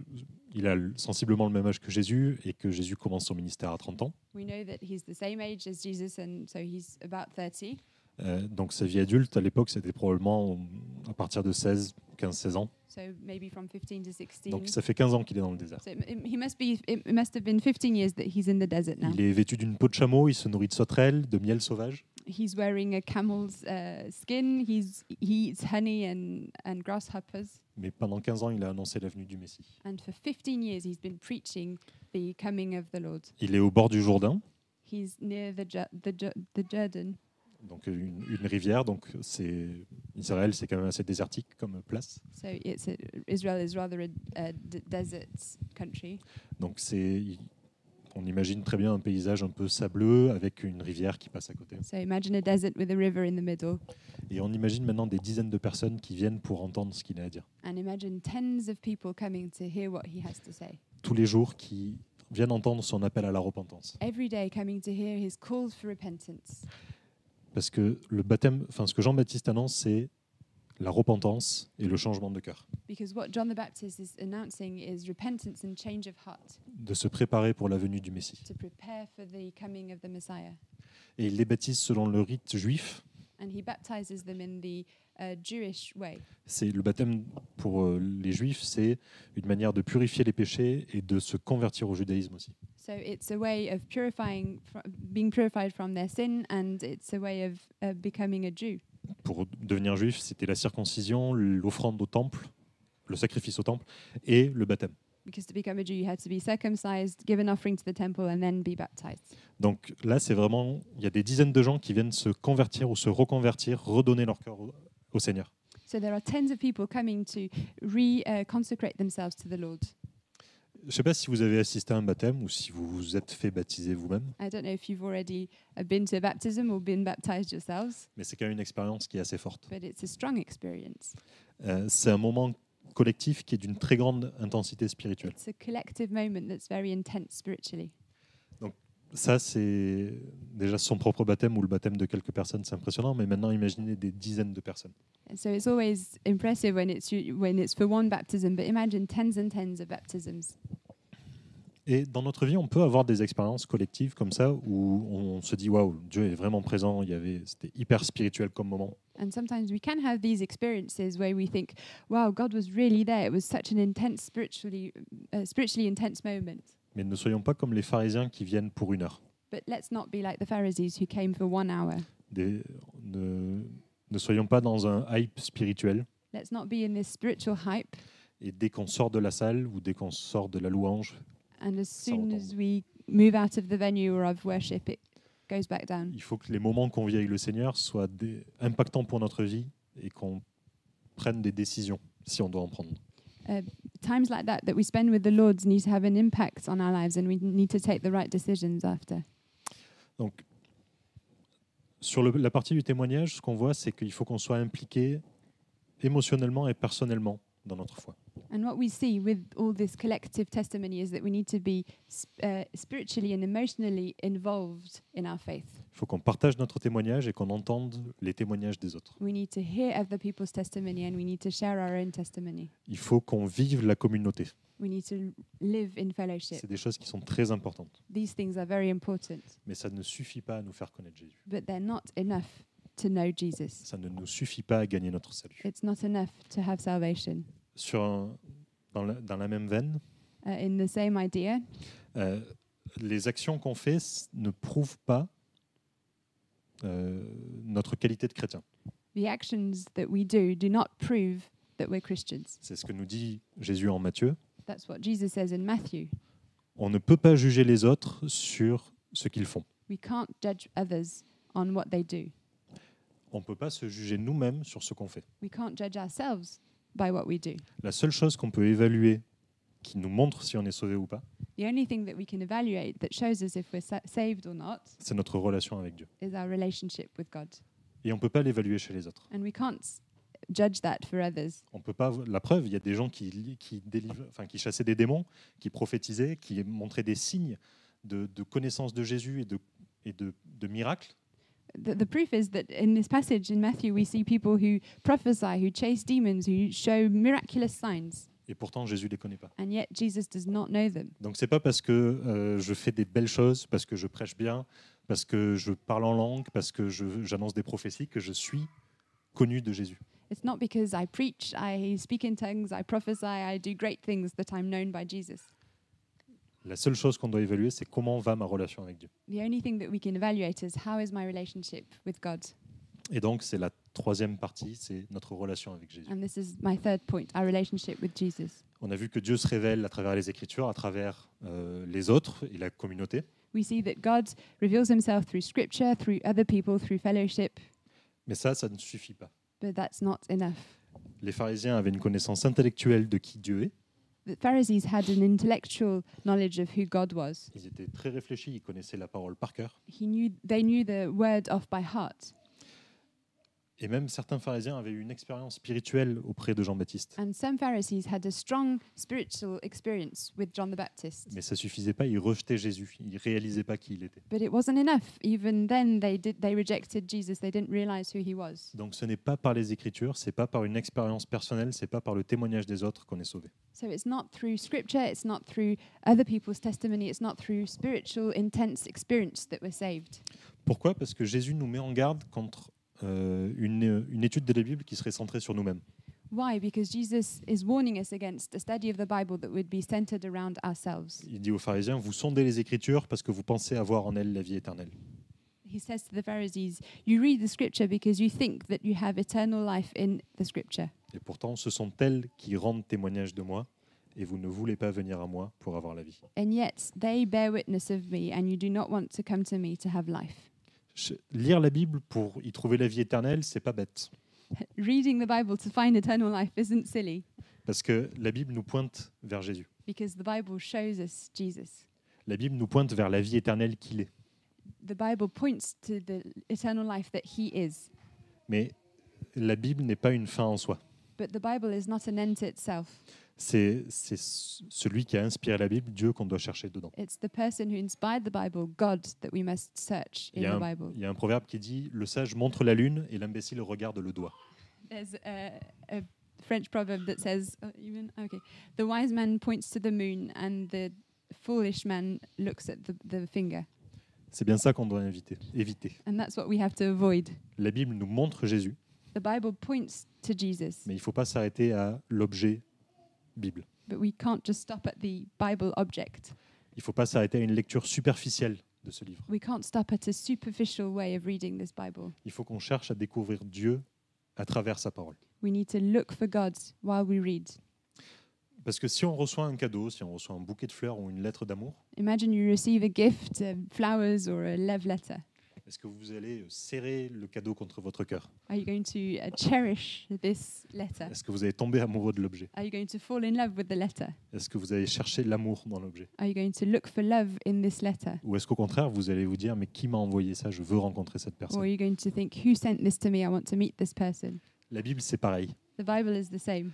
S3: il a le- sensiblement le même âge que Jésus et que Jésus commence son ministère à 30 ans.
S2: We know that he's the same age as Jesus, and so he's about 30.
S3: Euh, donc sa vie adulte à l'époque c'était probablement euh, à partir de 16, 15, 16 ans.
S2: So maybe from 15 to 16.
S3: Donc ça fait 15 ans qu'il est dans le désert.
S2: so it, it- he must be. It must have been 15 years that he's in the desert now.
S3: Il est vêtu d'une peau de chameau, il se nourrit de sauterelles, de miel sauvage.
S2: He's wearing a camel's uh, skin. He's he eats honey and and grasshoppers.
S3: Mais pendant 15 ans, il a annoncé la venue du Messie.
S2: And for 15 years, he's been preaching the coming of the Lord.
S3: Il est au bord du Jourdain,
S2: He's near the Ju- the Ju- the Jordan.
S3: donc euh, une, une rivière. Donc c'est Israël, c'est quand même assez désertique comme place.
S2: So it's a, Israel is rather a, a d- desert country.
S3: Donc c'est, il- on imagine très bien un paysage un peu sableux avec une rivière qui passe à côté.
S2: So imagine a desert with a river in the middle,
S3: Et on imagine maintenant des dizaines de personnes qui viennent pour entendre ce qu'il a à dire.
S2: and imagine tens of people coming to hear what he has to say.
S3: Tous les jours, qui viennent entendre son appel à la repentance.
S2: Every day coming to hear his call for repentance.
S3: Parce que le baptême, enfin ce que Jean-Baptiste annonce, c'est la repentance et le changement de cœur,
S2: Because what John the Baptist is announcing is repentance and change of heart
S3: de se préparer pour la venue du Messie.
S2: to prepare for the coming of the Messiah.
S3: Et il les baptise selon le rite juif.
S2: And he baptizes them in the uh, Jewish way.
S3: C'est le baptême pour euh, les juifs, c'est une manière de purifier les péchés et de se convertir au judaïsme aussi.
S2: So it's a way of purifying, fr- being purified from their sin, and it's a way of uh, becoming a Jew.
S3: pour devenir juif, c'était la circoncision, l'offrande au temple, le sacrifice au temple et le baptême.
S2: Because to become a Jew, you had to be circumcised, give an offering to the temple, and then be baptized.
S3: Donc là, c'est vraiment, il y a des dizaines de gens qui viennent se convertir ou se reconvertir, redonner leur cœur au, au Seigneur.
S2: So there are tens of people coming to re uh, consecrate themselves to the Lord.
S3: Je ne sais pas si vous avez assisté à un baptême ou si vous vous êtes fait baptiser vous-même,
S2: I don't know if you've already uh, been to a baptism or been baptized yourselves,
S3: mais c'est quand même une expérience qui est assez forte.
S2: but it's a strong experience.
S3: Euh, c'est un moment collectif qui est d'une très grande intensité spirituelle.
S2: It's a collective moment that's very intense spiritually.
S3: Ça, c'est déjà son propre baptême ou le baptême de quelques personnes, c'est impressionnant, mais maintenant, imaginez des dizaines de personnes.
S2: And so it's always impressive when it's u- when it's for one baptism, but imagine tens and tens of baptisms.
S3: Et dans notre vie, on peut avoir des expériences collectives comme ça où on se dit waouh, Dieu est vraiment présent. Il y avait, c'était hyper spirituel comme moment.
S2: And sometimes we can have these experiences where we think, "Wow, God was really there. It was such an intense spiritually uh, spiritually intense moment."
S3: Mais ne soyons pas comme les pharisiens qui viennent pour une heure.
S2: But let's not be like the Pharisees who came for one hour.
S3: Des- ne, ne soyons pas dans un hype spirituel.
S2: Let's not be in this spiritual hype.
S3: Et dès qu'on sort de la salle ou dès qu'on sort de la louange,
S2: And as soon
S3: retombe.
S2: as we move out of the venue or of worship, it goes back down.
S3: il faut que les moments qu'on vit avec le Seigneur soient des- impactants pour notre vie et qu'on prenne des décisions si on doit en prendre.
S2: Times like that that we spend with the Lord need to have an impact on our lives, and we need to take the right decisions after.
S3: Donc, sur le- la partie du témoignage, ce qu'on voit, c'est qu'il faut qu'on soit impliqué émotionnellement et personnellement dans notre foi.
S2: And what we see with all this collective testimony is that we need to be sp- uh, spiritually and emotionally involved in our faith.
S3: Il faut qu'on partage notre témoignage et qu'on entende les témoignages des autres.
S2: We need to hear other people's testimony and we need to share our own testimony.
S3: Il faut qu'on vive la communauté.
S2: We need to live in fellowship.
S3: C'est des choses qui sont très importantes.
S2: These things are very important,
S3: Mais ça ne suffit pas à nous faire connaître Jésus.
S2: but they're not enough to know Jesus.
S3: Ça ne nous suffit pas à gagner notre salut.
S2: It's not enough to have salvation.
S3: Sur un- dans, la, dans la même veine,
S2: Uh, in the same idea,
S3: euh, les actions qu'on fait s- ne prouvent pas euh, notre qualité de chrétien.
S2: the actions that we do do not prove that we're Christians.
S3: C'est ce que nous dit Jésus en Matthieu.
S2: That's what Jesus says in Matthew.
S3: On ne peut pas juger les autres sur ce qu'ils font.
S2: We can't judge others on what they do.
S3: On ne peut pas se juger nous-mêmes sur ce qu'on fait.
S2: We can't judge ourselves by what we do.
S3: La seule chose qu'on peut évaluer qui nous montre si on est sauvé ou pas,
S2: The only thing that we can evaluate that shows us if we're sa- saved or not
S3: c'est notre relation avec Dieu.
S2: is our relationship with God.
S3: Et on ne peut pas l'évaluer chez les autres.
S2: And we can't s- judge that for others.
S3: On peut pas. La preuve, il y a des gens qui, li- qui, délivrent- enfin, qui chassaient des démons, qui prophétisaient, qui montraient des signes de, de connaissance de Jésus et de, et de, de miracles.
S2: The, the proof is that in this passage in Matthew, we see people who prophesy, who chase demons, who show miraculous signs,
S3: Et pourtant, Jésus les connaît pas.
S2: and yet Jesus does not know them.
S3: Donc, c'est pas parce que euh, je fais des belles choses, parce que je prêche bien, parce que je parle en langue, parce que je- j'annonce des prophéties que je suis connu de Jésus.
S2: It's not because I preach, I speak in tongues, I prophesy, I do great things that I'm known by Jesus.
S3: La seule chose qu'on doit évaluer, c'est comment va ma relation avec Dieu.
S2: The only thing that we can evaluate is how is my relationship with God?
S3: Et donc, c'est la troisième partie, c'est notre relation avec Jésus.
S2: And this is my third point our relationship with Jesus.
S3: On a vu que Dieu se révèle à travers les Écritures, à travers euh, les autres et la communauté.
S2: We see that God reveals himself through scripture, through other people, through fellowship,
S3: Mais ça, ça ne suffit pas.
S2: but that's not enough.
S3: Les pharisiens avaient une connaissance intellectuelle de qui Dieu est.
S2: The Pharisees had an intellectual knowledge of who God was.
S3: Ils étaient très réfléchis, ils connaissaient la parole par cœur.
S2: He knew they knew the word off by heart,
S3: Et même certains pharisiens avaient eu une expérience spirituelle auprès de Jean-Baptiste.
S2: and some Pharisees had a strong spiritual experience with John the Baptist.
S3: Mais ça suffisait pas, ils rejetaient Jésus, ils réalisaient pas qui il était.
S2: But it wasn't enough. Even then, they did they rejected Jesus. They didn't realize who he was.
S3: Donc ce n'est pas par les Écritures, c'est pas par une expérience personnelle, c'est pas par le témoignage des autres qu'on est sauvé.
S2: So it's not through scripture, it's not through other people's testimony, it's not through spiritual intense experience that we're saved.
S3: Pourquoi Parce que Jésus nous met en garde contre euh, une, une étude de la Bible qui serait centrée sur nous-mêmes.
S2: Why? Because Jesus is warning us against a study of the Bible that would be centered around ourselves.
S3: Il dit aux pharisiens, vous sondez les Écritures parce que vous pensez avoir en elles la vie éternelle.
S2: He says to the Pharisees, You read the scripture because you think that you have eternal life in the scripture.
S3: Et pourtant, ce sont elles qui rendent témoignage de moi, et vous ne voulez pas venir à moi pour avoir la vie.
S2: And yet they bear witness of me, and you do not want to come to me to have life. [LAUGHS]
S3: Je- Lire la Bible pour y trouver la vie éternelle, c'est pas bête,
S2: Reading the Bible to find eternal life isn't silly,
S3: parce que la Bible nous pointe vers Jésus.
S2: because the Bible shows us Jesus.
S3: La Bible nous pointe vers la vie éternelle qu'il est.
S2: the Bible points to the eternal life that He is,
S3: Mais la Bible n'est pas une fin en soi.
S2: but the Bible is not an end to itself.
S3: C'est c'est ce- celui qui a inspiré la Bible, Dieu, qu'on doit chercher dedans.
S2: It's the person who inspired the Bible, God, that we must search in
S3: Yeah.
S2: the Bible.
S3: Il y a un proverbe qui dit Le sage montre la lune et l'imbécile regarde le doigt.
S2: There's a, a French proverb that says, oh, even, okay, the wise man points to the moon and the foolish man looks at the, the finger.
S3: C'est bien ça qu'on doit inviter- éviter.
S2: And that's what we have to avoid.
S3: La Bible nous montre Jésus,
S2: The Bible points to Jesus,
S3: mais il ne faut pas s'arrêter à l'objet Bible.
S2: but we can't just stop at the Bible object.
S3: Il ne faut pas s'arrêter à une lecture superficielle de ce livre.
S2: We can't stop at a superficial way of reading this Bible.
S3: Il faut qu'on cherche à découvrir Dieu à travers sa parole.
S2: We need to look for God while we read.
S3: Parce que si on reçoit un cadeau, si on reçoit un bouquet de fleurs ou une lettre d'amour,
S2: Imagine you receive a gift, uh, flowers, or a love letter.
S3: est-ce que vous allez serrer le cadeau contre votre cœur
S2: Are you going to uh, cherish this letter?
S3: Est-ce que vous allez tomber amoureux de l'objet
S2: Are you going to fall in love with the letter?
S3: Est-ce que vous allez chercher l'amour dans l'objet
S2: Are you going to look for love in this letter?
S3: Ou est-ce qu'au contraire, vous allez vous dire, mais qui m'a envoyé ça Je veux rencontrer cette
S2: Or are
S3: personne.
S2: you going to think, who sent this to me? I want to meet this person.
S3: La Bible, c'est pareil.
S2: The Bible is the same.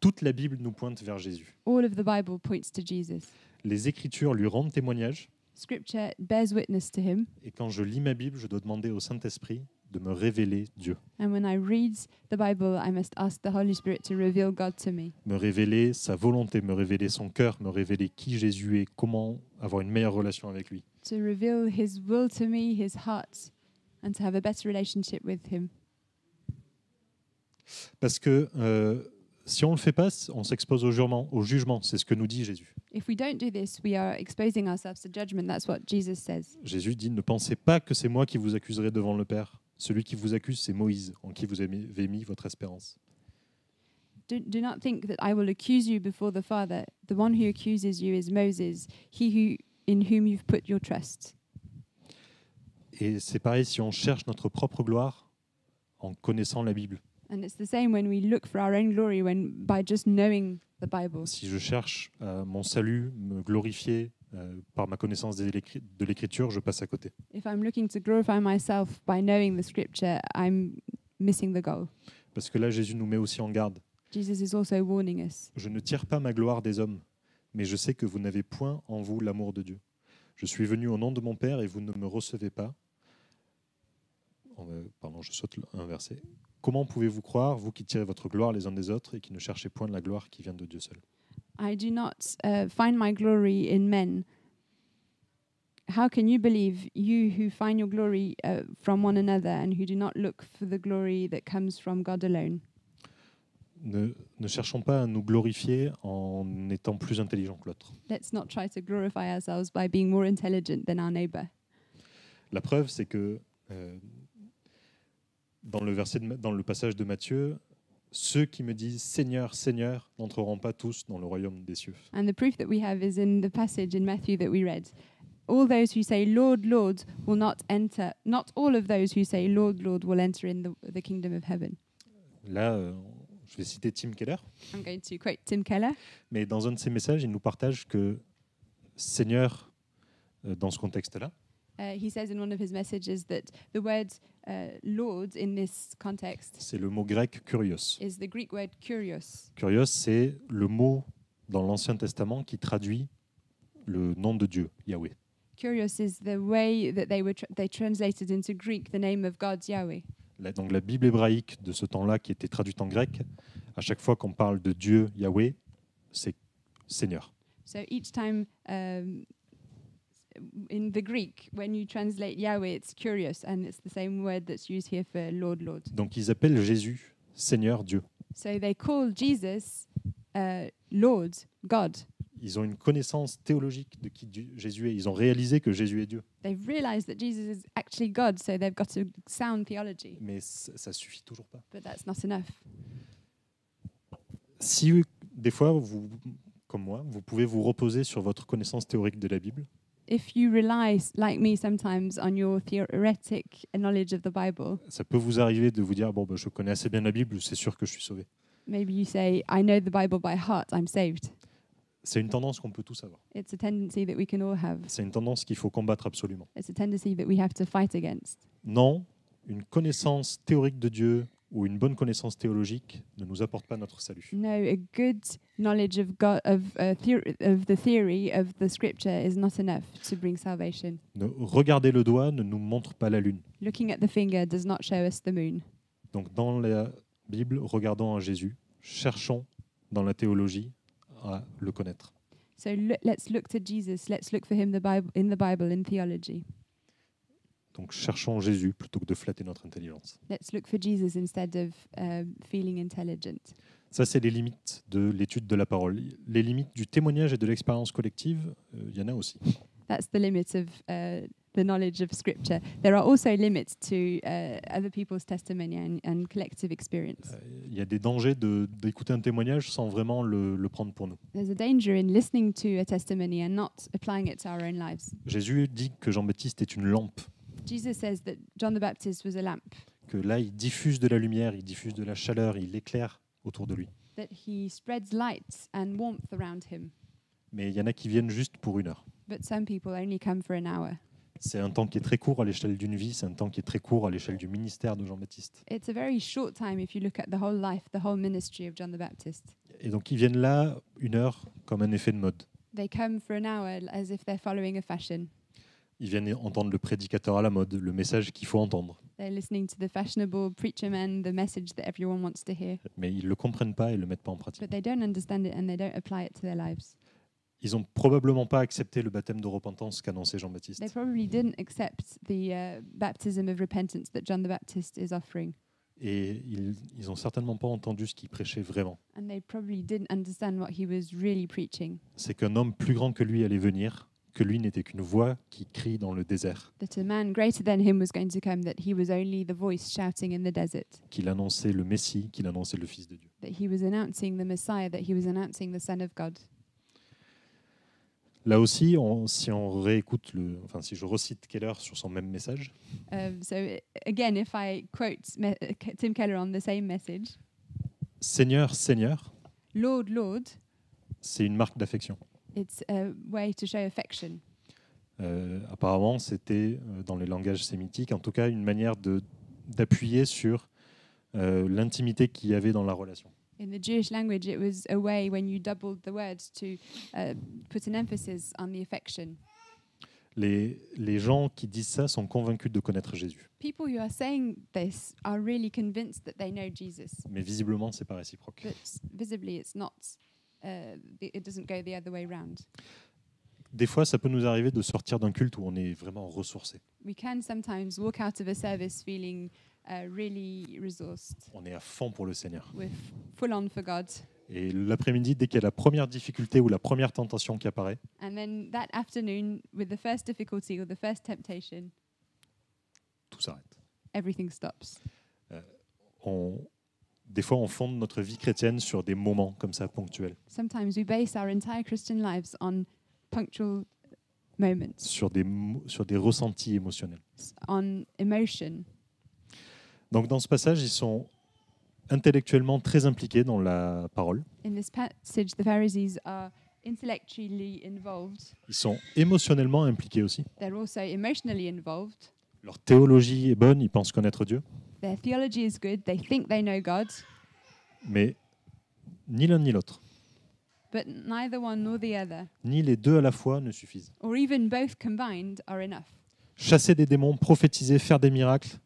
S3: Toute la Bible nous pointe vers Jésus.
S2: All of the Bible points to Jesus.
S3: Les Écritures lui rendent témoignage.
S2: Scripture bears witness to him.
S3: Et quand je lis ma Bible, je dois demander au Saint-Esprit de me révéler Dieu.
S2: And when I read the Bible, I must ask the Holy Spirit to reveal God to me,
S3: Me révéler sa volonté, me révéler son cœur, me révéler qui Jésus est, comment avoir une meilleure relation avec lui.
S2: to reveal his will to me, his heart, and to have a better relationship with him.
S3: Parce que euh, si on ne le fait pas, on s'expose au jurement, au jugement. C'est ce que nous dit Jésus.
S2: If we don't do this, we are exposing ourselves to judgment. That's what Jesus says.
S3: Jésus dit Ne pensez pas que c'est moi qui vous accuserai devant le Père. Celui qui vous accuse, c'est Moïse, en qui vous avez mis votre espérance.
S2: Do, do not think that I will accuse you before the Father. The one who accuses you is Moses, he who in whom you've put your trust.
S3: Et c'est pareil si on cherche notre propre gloire en connaissant la Bible.
S2: And it's the same when we look for our own glory when by just knowing the Bible.
S3: Si je cherche euh, mon salut, me glorifier euh, par ma connaissance des élecri- de l'écriture, je passe à côté.
S2: If I'm looking to glorify myself by knowing the scripture, I'm missing the goal.
S3: Parce que là, Jésus nous met aussi en garde.
S2: Jesus is also warning us
S3: Je ne tire pas ma gloire des hommes, mais je sais que vous n'avez point en vous l'amour de Dieu. Je suis venu au nom de mon Père et vous ne me recevez pas. On va- Pardon, je saute un verset. Comment pouvez-vous croire, vous qui tirez votre gloire les uns des autres et qui ne cherchez point la gloire qui vient de Dieu seul
S2: I do not uh, find my glory in men. How can you believe, you who find your glory uh, from one another and who do not look for the glory that comes from God alone?
S3: ne, ne cherchons pas à nous glorifier en étant plus intelligent que l'autre.
S2: Let's not try to glorify ourselves by being more intelligent than our neighbor.
S3: La preuve, c'est que euh, dans, le verset de Ma- dans le passage de Matthieu, ceux qui me disent Seigneur, Seigneur n'entreront pas tous dans le royaume des cieux.
S2: And the proof that we have is in the passage in Matthew that we read. All those who say, Lord, Lord, will not enter, not all of those who say, Lord, Lord, will enter in the, the kingdom of heaven.
S3: Là, euh, je vais citer Tim Keller,
S2: I'm going to quote Tim Keller.
S3: mais dans un de ses messages, il nous partage que Seigneur, euh, dans ce contexte-là,
S2: Uh, he says in one of his messages that the word uh, Lord in this context
S3: c'est le mot grec kurios.
S2: is the Greek word kurios.
S3: Kurios, c'est le mot dans l'Ancien Testament qui traduit le nom de Dieu, Yahweh.
S2: Kurios is the way that they were tr- they translated into Greek the name of God Yahweh.
S3: La- donc la Bible hébraïque de ce temps-là, qui était traduite en grec, à chaque fois qu'on parle de Dieu, Yahweh, c'est Seigneur.
S2: So each time um, in the Greek, when you translate Yahweh, it's curious, and it's the same word that's used here for Lord, Lord.
S3: Donc ils appellent Jésus Seigneur Dieu.
S2: So they call Jesus uh, Lord, God.
S3: Ils ont une connaissance théologique de qui Dieu- Jésus est. Ils ont réalisé que Jésus est Dieu.
S2: They've realized that Jesus is actually God, so they've got a sound theology,
S3: Mais c- ça suffit toujours pas.
S2: but that's not enough.
S3: Si des fois, vous, comme moi, vous pouvez vous reposer sur votre connaissance théorique de la Bible,
S2: If you rely, s- like me sometimes, on your theoretic knowledge of the Bible,
S3: ça peut vous arriver de vous dire, bon, ben, je connais assez bien la Bible, c'est sûr que je suis sauvé.
S2: maybe you say, I know the Bible by heart, I'm saved.
S3: C'est une tendance qu'on peut tous avoir.
S2: It's a tendency that we can all have,
S3: C'est une tendance qu'il faut combattre absolument.
S2: it's a tendency that we have to fight against.
S3: Non, une connaissance théorique de Dieu ou une bonne connaissance théologique ne nous apporte pas notre salut.
S2: No, a good knowledge of God, of uh, theor- of the theory of the Scripture is not enough to bring salvation.
S3: Ne, regarder le doigt ne nous montre pas la lune.
S2: Looking at the finger does not show us the moon.
S3: Donc dans la Bible, regardons à Jésus, cherchons dans la théologie à le connaître.
S2: So lo- let's look to Jesus. Let's look for him the Bible in the Bible in theology.
S3: Donc cherchons Jésus plutôt que de flatter notre intelligence.
S2: Let's look for Jesus instead of um, feeling intelligent.
S3: Ça, c'est les limites de l'étude de la parole. Les limites du témoignage et de l'expérience collective, euh, il y en a aussi.
S2: That's the limit of uh, the knowledge of Scripture. There are also limits to uh, other people's testimony and, and collective experience.
S3: Euh, Il y a des dangers de- d'écouter un témoignage sans vraiment le- le prendre pour nous.
S2: There's a danger in listening to a testimony and not applying it to our own lives.
S3: Jésus dit que Jean-Baptiste est une lampe.
S2: Jesus says that John the Baptist was a lamp,
S3: que là, il diffuse de la lumière, il diffuse de la chaleur, il éclaire autour de lui.
S2: that he spreads light and warmth around him.
S3: Mais il y en a qui viennent juste pour une heure.
S2: But some people only come for an hour.
S3: C'est un temps qui est très court à l'échelle d'une vie, c'est un temps qui est très court à l'échelle du ministère de Jean-Baptiste.
S2: It's a very short time if you look at the whole life, the whole ministry of John the Baptist.
S3: et donc ils viennent là une heure comme un effet de mode.
S2: They come for an hour as if they're following a fashion.
S3: Ils viennent entendre le prédicateur à la mode, le message qu'il faut entendre.
S2: They're listening to the fashionable preacher man, the message that everyone wants to hear,
S3: Mais ils ne le comprennent pas et ne le mettent pas en pratique.
S2: but they don't understand it and they don't apply it to their lives.
S3: Ils n'ont probablement pas accepté le baptême de repentance qu'annonçait Jean-Baptiste.
S2: They probably didn't accept the uh, baptism of repentance that John the Baptist is offering,
S3: Et ils n'ont certainement pas entendu ce qu'il prêchait vraiment.
S2: and they probably didn't understand what he was really preaching
S3: C'est qu'un homme plus grand que lui allait venir, que lui n'était qu'une voix qui crie dans le désert,
S2: that a man greater than him was going to come, that he was only the voice shouting in the desert,
S3: qu'il annonçait le Messie, qu'il annonçait le Fils de Dieu.
S2: that he was announcing the Messiah, that he was announcing the Son of God.
S3: Là aussi, on- si on réécoute le, enfin si je recite Keller sur son même message,
S2: Um, so, i- again, if I quote me- uh, K- Tim Keller on the same message,
S3: Seigneur, Seigneur,
S2: Lord, Lord,
S3: c'est une marque d'affection.
S2: it's a way to show affection.
S3: Euh, apparemment, c'était euh, dans les langages sémitiques, en tout cas, une manière de d'appuyer sur euh, l'intimité qu'il y avait dans la relation.
S2: In the Jewish language, it was a way when you doubled the words to uh, put an emphasis on the affection.
S3: Les, les gens qui disent ça sont convaincus de connaître Jésus,
S2: People who are saying this are really convinced that they know Jesus,
S3: mais visiblement, c'est pas réciproque.
S2: but visibly, it's not. Uh, it it doesn't go the other way round.
S3: Des fois, ça peut nous arriver de sortir d'un culte où on est vraiment ressourcé,
S2: We can sometimes walk out of a service feeling uh, really resourced.
S3: on est à fond pour le Seigneur.
S2: We're f- full on for God.
S3: Et l'après-midi, dès qu'il y a la première difficulté ou la première tentation qui apparaît,
S2: And then that afternoon, with the first difficulty or the first temptation,
S3: tout s'arrête.
S2: everything stops.
S3: On- des fois, on fonde notre vie chrétienne sur des moments comme ça ponctuels,
S2: Sometimes we base our entire Christian lives on punctual moments,
S3: sur des, mo- sur des ressentis émotionnels.
S2: on emotion.
S3: Donc dans ce passage, ils sont intellectuellement très impliqués dans la parole.
S2: In this passage, the Pharisees are intellectually involved,
S3: Ils sont émotionnellement impliqués aussi.
S2: they're also emotionally involved.
S3: Leur théologie est bonne, ils pensent connaître Dieu,
S2: Their theology is good, they think they know God,
S3: mais ni l'un ni l'autre,
S2: but neither one nor the other,
S3: ni les deux à la fois ne suffisent.
S2: or even both combined, are enough.
S3: Chasser des démons, prophétiser, faire des miracles,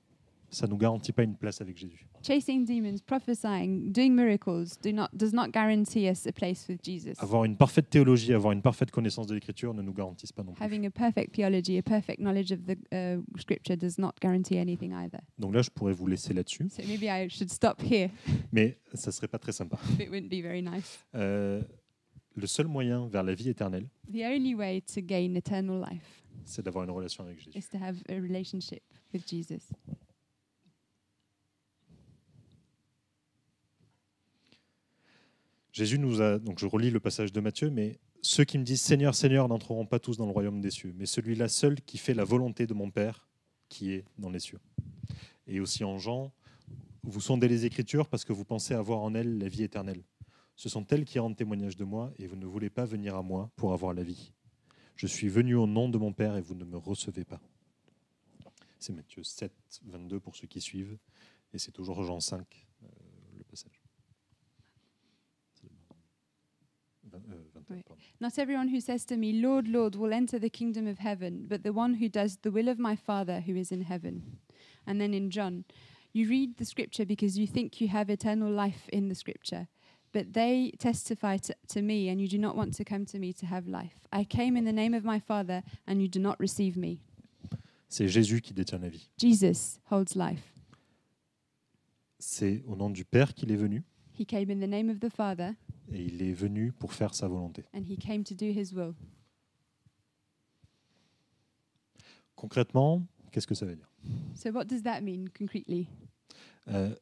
S3: ça ne nous garantit pas une place avec Jésus.
S2: Chasing demons, prophesying, doing miracles do not, does not guarantee us a place with Jesus.
S3: Avoir une parfaite théologie, avoir une parfaite connaissance de l'Écriture ne nous garantissent pas non plus.
S2: Having a perfect theology, a perfect knowledge of the uh, scripture does not guarantee anything either.
S3: Donc là, je pourrais vous laisser là-dessus,
S2: So maybe I should stop here.
S3: mais ça serait pas très sympa.
S2: It wouldn't be very nice.
S3: Euh, le seul moyen vers la vie éternelle,
S2: The only way to gain eternal life
S3: c'est d'avoir une relation avec Jésus.
S2: is to have a relationship with Jesus.
S3: Jésus nous a, donc je relis le passage de Matthieu, mais ceux qui me disent Seigneur, Seigneur n'entreront pas tous dans le royaume des cieux, mais celui-là seul qui fait la volonté de mon Père qui est dans les cieux. Et aussi en Jean, vous sondez les Écritures parce que vous pensez avoir en elles la vie éternelle. Ce sont elles qui rendent témoignage de moi et vous ne voulez pas venir à moi pour avoir la vie. Je suis venu au nom de mon Père et vous ne me recevez pas. C'est Matthieu 7, 22 pour ceux qui suivent, et c'est toujours Jean 5, euh, le passage. Vingt- euh, 21,
S2: Oui.
S3: pardon.
S2: Not everyone who says to me, Lord, Lord, will enter the kingdom of heaven, but the one who does the will of my Father who is in heaven. And then in John, you read the scripture because you think you have eternal life in the scripture. But they testify to, to me, and you do not want to come to me to have life. I came in the name of my Father, and you do not receive me.
S3: C'est Jésus qui détient la vie.
S2: Jesus holds life.
S3: C'est au nom du Père qu'il est venu,
S2: He came in the name of the Father,
S3: et il est venu pour faire sa volonté.
S2: and he came to do his will.
S3: Concrètement, qu'est-ce que ça veut dire
S2: So, what does that mean concretely?
S3: Euh,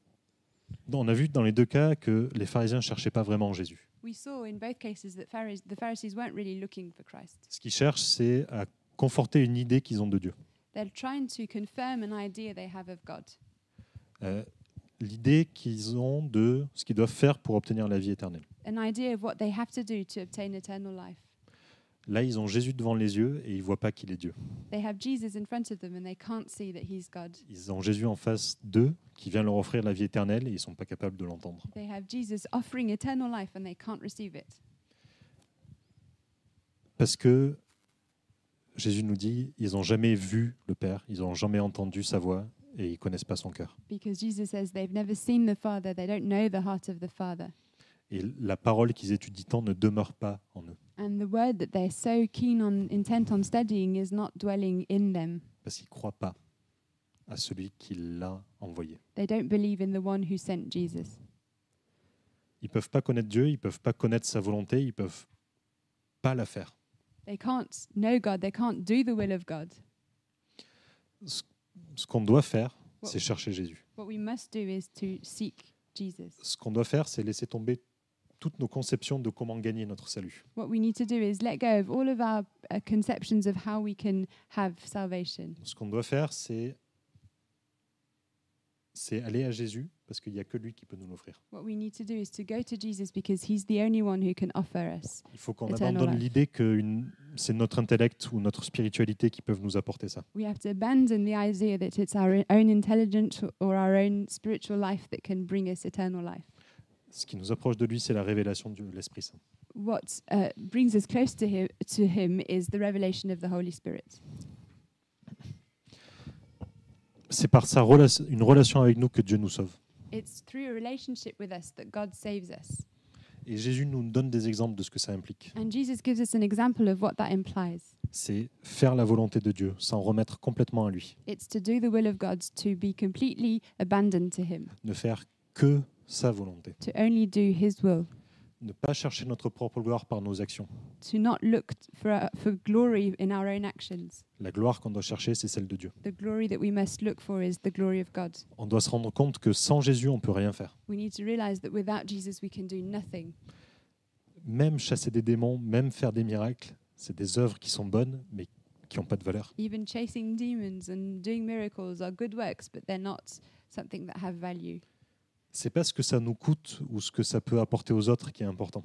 S3: On a vu dans les deux cas que les pharisiens ne cherchaient pas vraiment Jésus.
S2: We saw in both cases that Pharisees, the Pharisees weren't really looking for Christ.
S3: Ce qu'ils cherchent, c'est à conforter une idée qu'ils ont de Dieu.
S2: They're trying to confirm an idea they have of God,
S3: Euh, L'idée qu'ils ont de ce qu'ils doivent faire pour obtenir la vie éternelle.
S2: an idea of what they have to do to obtain eternal life.
S3: Là, ils ont Jésus devant les yeux et ils ne voient pas qu'il est Dieu.
S2: They have Jesus in front of them and they can't see that he's God.
S3: Ils ont Jésus en face d'eux qui vient leur offrir la vie éternelle et ils ne sont pas capables de l'entendre.
S2: They have Jesus offering eternal life and they can't receive it
S3: Parce que Jésus nous dit, ils n'ont jamais vu le Père, ils n'ont jamais entendu sa voix et ils ne connaissent pas son cœur.
S2: because Jesus says they've never seen the Father, they don't know the heart of the Father.
S3: Et la parole qu'ils étudient tant ne demeure pas en eux.
S2: And the word that they're so keen on, intent on studying, is not dwelling in them.
S3: parce qu'ils ne croient pas à celui qui l'a envoyé.
S2: They don't believe in the one who sent Jesus.
S3: Ils ne peuvent pas connaître Dieu, ils ne peuvent pas connaître sa volonté, ils ne peuvent pas la faire.
S2: They can't know God, they can't do the will of God.
S3: Ce, ce qu'on doit faire, c'est chercher Jésus.
S2: What we must do is to seek Jesus.
S3: Ce qu'on doit faire, c'est laisser tomber toutes nos conceptions de comment gagner notre salut.
S2: What we need to do is let go of all of our uh, conceptions of how we can have salvation.
S3: Ce qu'on doit faire, c'est c'est aller à Jésus parce qu'il n'y a que lui qui peut nous l'offrir.
S2: What we need to do is to go to Jesus because he's the only one who can offer us.
S3: Il faut qu'on
S2: Eternal
S3: abandonne
S2: life.
S3: l'idée que une- c'est notre intellect ou notre spiritualité qui peuvent nous apporter ça.
S2: We have to abandon the idea that it's our own intelligence or our own spiritual life that can bring us eternal life.
S3: Ce qui nous approche de lui, c'est la révélation de l'Esprit Saint.
S2: What uh, brings us close to him, to him is the revelation of the Holy Spirit.
S3: C'est par sa relation, une relation avec nous que Dieu nous sauve.
S2: It's through a relationship with us that God saves us.
S3: Et Jésus nous donne des exemples de ce que ça implique.
S2: And Jesus gives us an example of what that implies.
S3: C'est faire la volonté de Dieu, s'en remettre complètement à lui,
S2: It's to do the will of God, to be completely abandoned to him,
S3: ne faire que sa volonté,
S2: to only do his will,
S3: ne pas chercher notre propre gloire par nos actions.
S2: to not look t- for, for glory in our own actions.
S3: La gloire qu'on doit chercher, c'est celle de Dieu.
S2: The glory that we must look for is the glory of God.
S3: On doit se rendre compte que sans Jésus, on peut rien faire.
S2: We need to realize that without Jesus, we can do nothing.
S3: Même chasser des démons, même faire des miracles, c'est des œuvres qui sont bonnes, mais qui n'ont pas de valeur.
S2: Even chasing demons and doing miracles are good works, but they're not something that have value.
S3: C'est pas ce que ça nous coûte ou ce que ça peut apporter aux autres qui est important.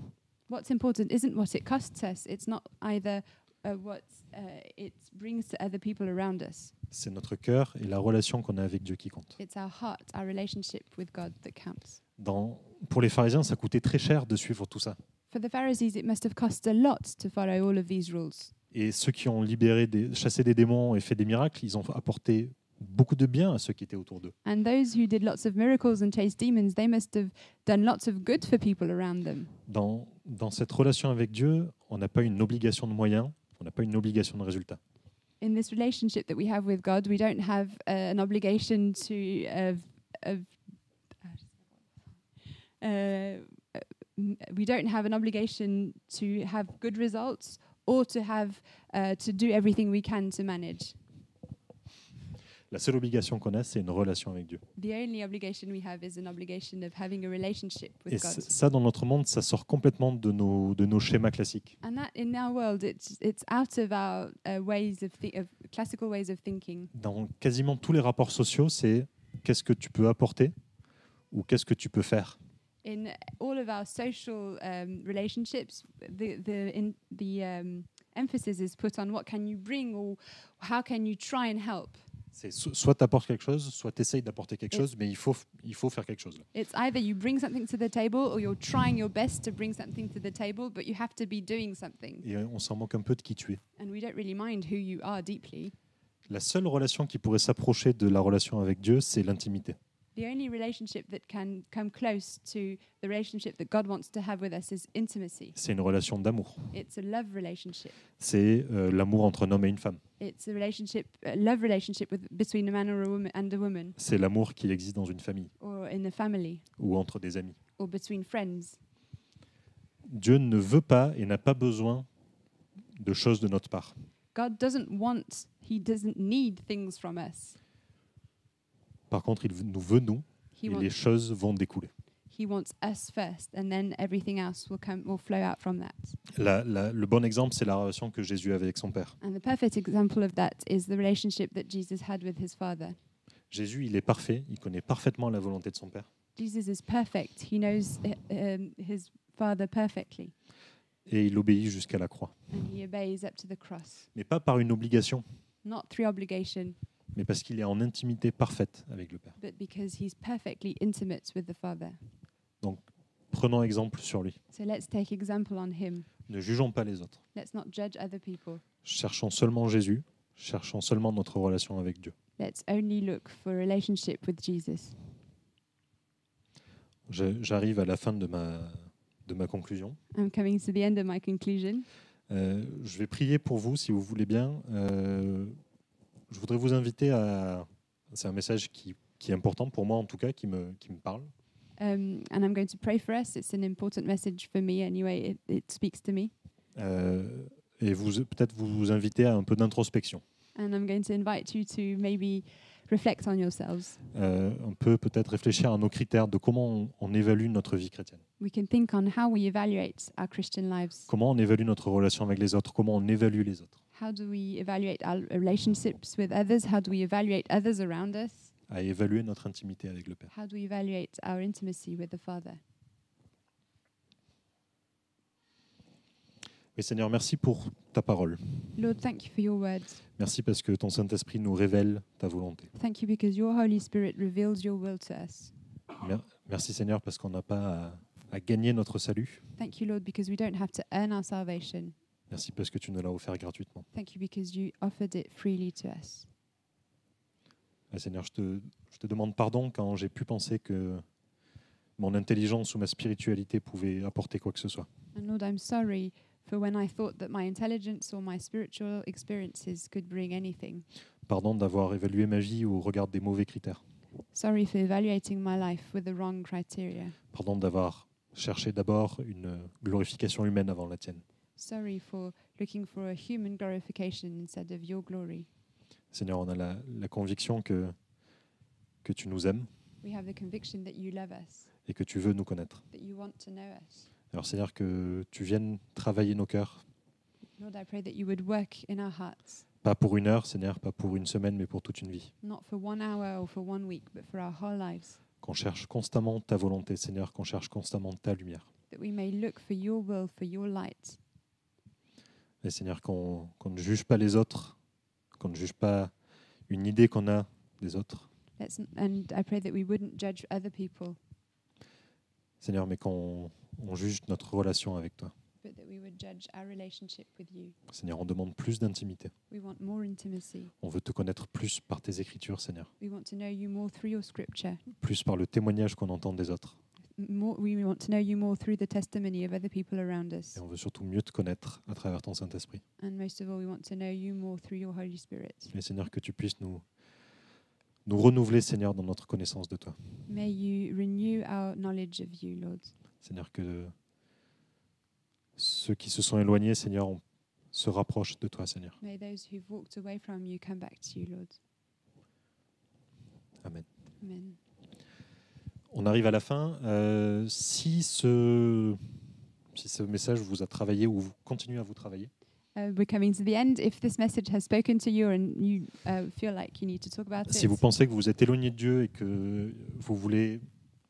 S2: What's important isn't what it costs us, it's not either uh, what uh, it brings to other people around us.
S3: C'est notre cœur et la relation qu'on a avec Dieu qui compte.
S2: It's our heart, our relationship with God that counts.
S3: Dans- pour les pharisiens, ça coûtait très cher de suivre tout ça.
S2: For the Pharisees, it must have cost a lot to follow all of these rules.
S3: Et ceux qui ont libéré, des, chassé des démons et fait des miracles, ils ont apporté beaucoup de bien à ceux qui étaient autour d'eux.
S2: And those who did lots of miracles and chased demons, they must have done lots of good for people around them.
S3: Dans, dans cette relation avec Dieu, on n'a pas une obligation de moyens, on n'a pas une obligation de résultat.
S2: in this relationship that we have with God, we don't have uh, an obligation to of, of uh, m- we don't have an obligation to have good results or to have uh, to do everything we can to manage.
S3: La seule obligation qu'on a, c'est une relation avec Dieu.
S2: The only obligation we have is an obligation of having a relationship with
S3: Et
S2: God.
S3: c- ça, dans notre monde, ça sort complètement de nos, de nos schémas classiques.
S2: And that in our world, it's it's out of our uh, ways of, thi- of classical ways of thinking.
S3: Dans quasiment tous les rapports sociaux, c'est qu'est-ce que tu peux apporter ou qu'est-ce que tu peux faire.
S2: in all of our social um, relationships, the the in, the um, emphasis is put on what can you bring or how can you try and help.
S3: C'est so- soit tu apportes quelque chose, soit tu essayes d'apporter quelque chose, mais il faut, f- il faut faire quelque chose. là.
S2: It's either you bring something to the table or you're trying your best to bring something to the table, but you have to be doing something.
S3: Et euh, on s'en moque un peu de qui tu es.
S2: And we don't really mind who you are deeply.
S3: La seule relation qui pourrait s'approcher de la relation avec Dieu, c'est l'intimité.
S2: The only relationship that can come close to the relationship that God wants to have with us is intimacy.
S3: C'est une relation d'amour.
S2: It's a love relationship.
S3: C'est euh, l'amour entre un homme et une femme.
S2: It's a relationship, a love relationship with, between a man or a woman and a woman,
S3: C'est l'amour qui existe dans une famille
S2: or in a family.
S3: ou entre des amis.
S2: or between friends.
S3: Dieu ne veut pas et n'a pas besoin de choses de notre part.
S2: God doesn't want, he doesn't need things from us.
S3: Par contre, il nous veut nous
S2: He
S3: et les
S2: wants
S3: choses vont découler.
S2: he wants us first and then everything else will come will flow out from that.
S3: La- la- le bon exemple, c'est la relation que Jésus avait avec son Père.
S2: And the perfect example of that is the relationship that Jesus had with his father.
S3: Jésus, il est parfait, il connaît parfaitement la volonté de son Père.
S2: eh, Jesus is perfect. He knows uh, um, his father perfectly.
S3: et il obéit jusqu'à la croix.
S2: and he obeys up to the cross,
S3: Mais pas par une obligation,
S2: not through obligation,
S3: mais parce qu'il est en intimité parfaite avec le Père.
S2: but because he's perfectly intimate with the Father.
S3: Prenons exemple sur lui.
S2: So let's take example on him.
S3: Ne jugeons pas les autres.
S2: Let's not judge other people.
S3: Cherchons seulement Jésus, cherchons seulement notre relation avec Dieu.
S2: Let's only look for a relationship with Jesus.
S3: Je- J'arrive à la fin de ma, de ma conclusion.
S2: I'm coming to the end of my conclusion.
S3: Euh, je vais prier pour vous si vous voulez bien. Euh, je voudrais vous inviter à. C'est un message qui, qui est important pour moi en tout cas, qui me, qui me parle.
S2: Um, and I'm going to pray for us. It's an important message for me anyway. It, it speaks to me.
S3: Euh, et vous peut-être vous, vous inviter à un peu d'introspection.
S2: And I'm going to invite you to maybe reflect on yourselves.
S3: Euh, un peu peut-être réfléchir à nos critères de comment on, on évalue notre vie chrétienne,
S2: We can think on how we evaluate our Christian lives.
S3: comment on évalue notre relation avec les autres, comment on évalue les autres.
S2: How do we evaluate our relationships with others? How do we evaluate others around us?
S3: à évaluer notre intimité avec le Père.
S2: How do we evaluate our intimacy with the Father?
S3: Oui, Seigneur, merci pour ta parole.
S2: Lord, thank you for your words.
S3: Merci parce que ton Saint-Esprit nous révèle ta volonté.
S2: Thank you because your Holy Spirit reveals your will to us.
S3: Mer- Merci, Seigneur, parce qu'on n'a pas à, à gagner notre salut.
S2: Thank you, Lord, because we don't have to earn our salvation.
S3: Merci parce que tu nous l'as offert gratuitement.
S2: Thank you because you offered it freely to us.
S3: Ah, Seigneur, je te, je te demande pardon quand j'ai pu penser que mon intelligence ou ma spiritualité pouvaient apporter quoi que ce soit.
S2: And Lord, I'm sorry for when I thought that my intelligence or my spiritual experiences could bring anything.
S3: Pardon d'avoir évalué ma vie au regard des mauvais critères.
S2: Sorry for evaluating my life with the wrong criteria.
S3: Pardon d'avoir cherché d'abord une glorification humaine avant la tienne.
S2: Sorry for looking for a human glorification instead of your glory.
S3: Seigneur, on a la, la conviction que, que tu nous aimes
S2: We have the conviction that you love us,
S3: et que tu veux nous connaître.
S2: that you want to know us.
S3: Alors Seigneur, que tu viennes travailler nos cœurs,
S2: Lord, I pray that you would work in our hearts,
S3: pas pour une heure, Seigneur, pas pour une semaine, mais pour toute une vie.
S2: not for one hour or for one week, but for our whole lives,
S3: Qu'on cherche constamment ta volonté, Seigneur, qu'on cherche constamment ta lumière.
S2: that we may look for your will, for your light,
S3: Et Seigneur, qu'on qu'on ne juge pas les autres, qu'on ne juge pas une idée qu'on a des autres.
S2: Let's, and I pray that we wouldn't judge other people,
S3: Seigneur, mais qu'on on juge notre relation avec toi.
S2: but that we would judge our relationship with you.
S3: Seigneur, on demande plus d'intimité.
S2: We want more intimacy.
S3: On veut te connaître plus par tes écritures, Seigneur,
S2: We want to know you more through your scripture.
S3: plus par le témoignage qu'on entend des autres.
S2: M- More, we want to know you more through the testimony of other people around us.
S3: Et on veut surtout mieux te connaître à travers ton Saint-Esprit.
S2: And most of all, we want to know you more through your Holy Spirit.
S3: Et Seigneur, que tu puisses nous, nous renouveler, Seigneur, dans notre connaissance de toi.
S2: May you renew our knowledge of you, Lord.
S3: Seigneur, que ceux qui se sont éloignés, Seigneur, on- se rapprochent de toi, Seigneur.
S2: May those who've walked away from you come back to you, Lord.
S3: Amen.
S2: Amen.
S3: On arrive à la fin. Euh, si, ce, si ce message vous a travaillé ou vous continue à vous travailler,
S2: Uh, we're coming to the end. If this message has spoken to you and you uh, feel like you need to talk about
S3: si
S2: it,
S3: vous pensez que vous êtes éloigné de Dieu et que vous voulez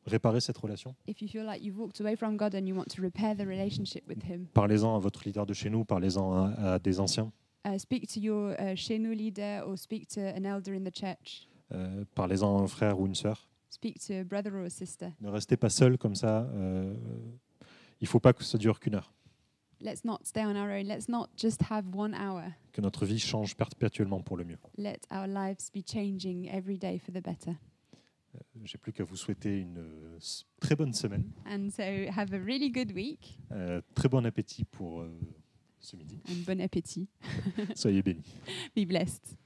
S3: réparer cette relation,
S2: if you feel like you've walked away from God and you want to repair the relationship with Him,
S3: parlez-en à votre leader de chez nous, parlez-en à, à des anciens,
S2: uh, speak to your uh, Shenu leader or speak to an elder in the church.
S3: euh, parlez-en à un frère ou une sœur.
S2: Speak to a brother or a sister.
S3: Ne restez pas seul comme ça. euh, il ne faut pas que ça dure qu'une heure.
S2: Let's not stay on our own. Let's not just have one hour.
S3: Que notre vie change perpétuellement pour le mieux.
S2: Let our lives be changing every day for the better.
S3: J'ai plus qu'à vous souhaiter une euh, s- très bonne semaine,
S2: And so, have a really good week
S3: euh, très bon appétit pour euh, ce midi.
S2: and bon appétit.
S3: Soyez bénis.
S2: Be blessed.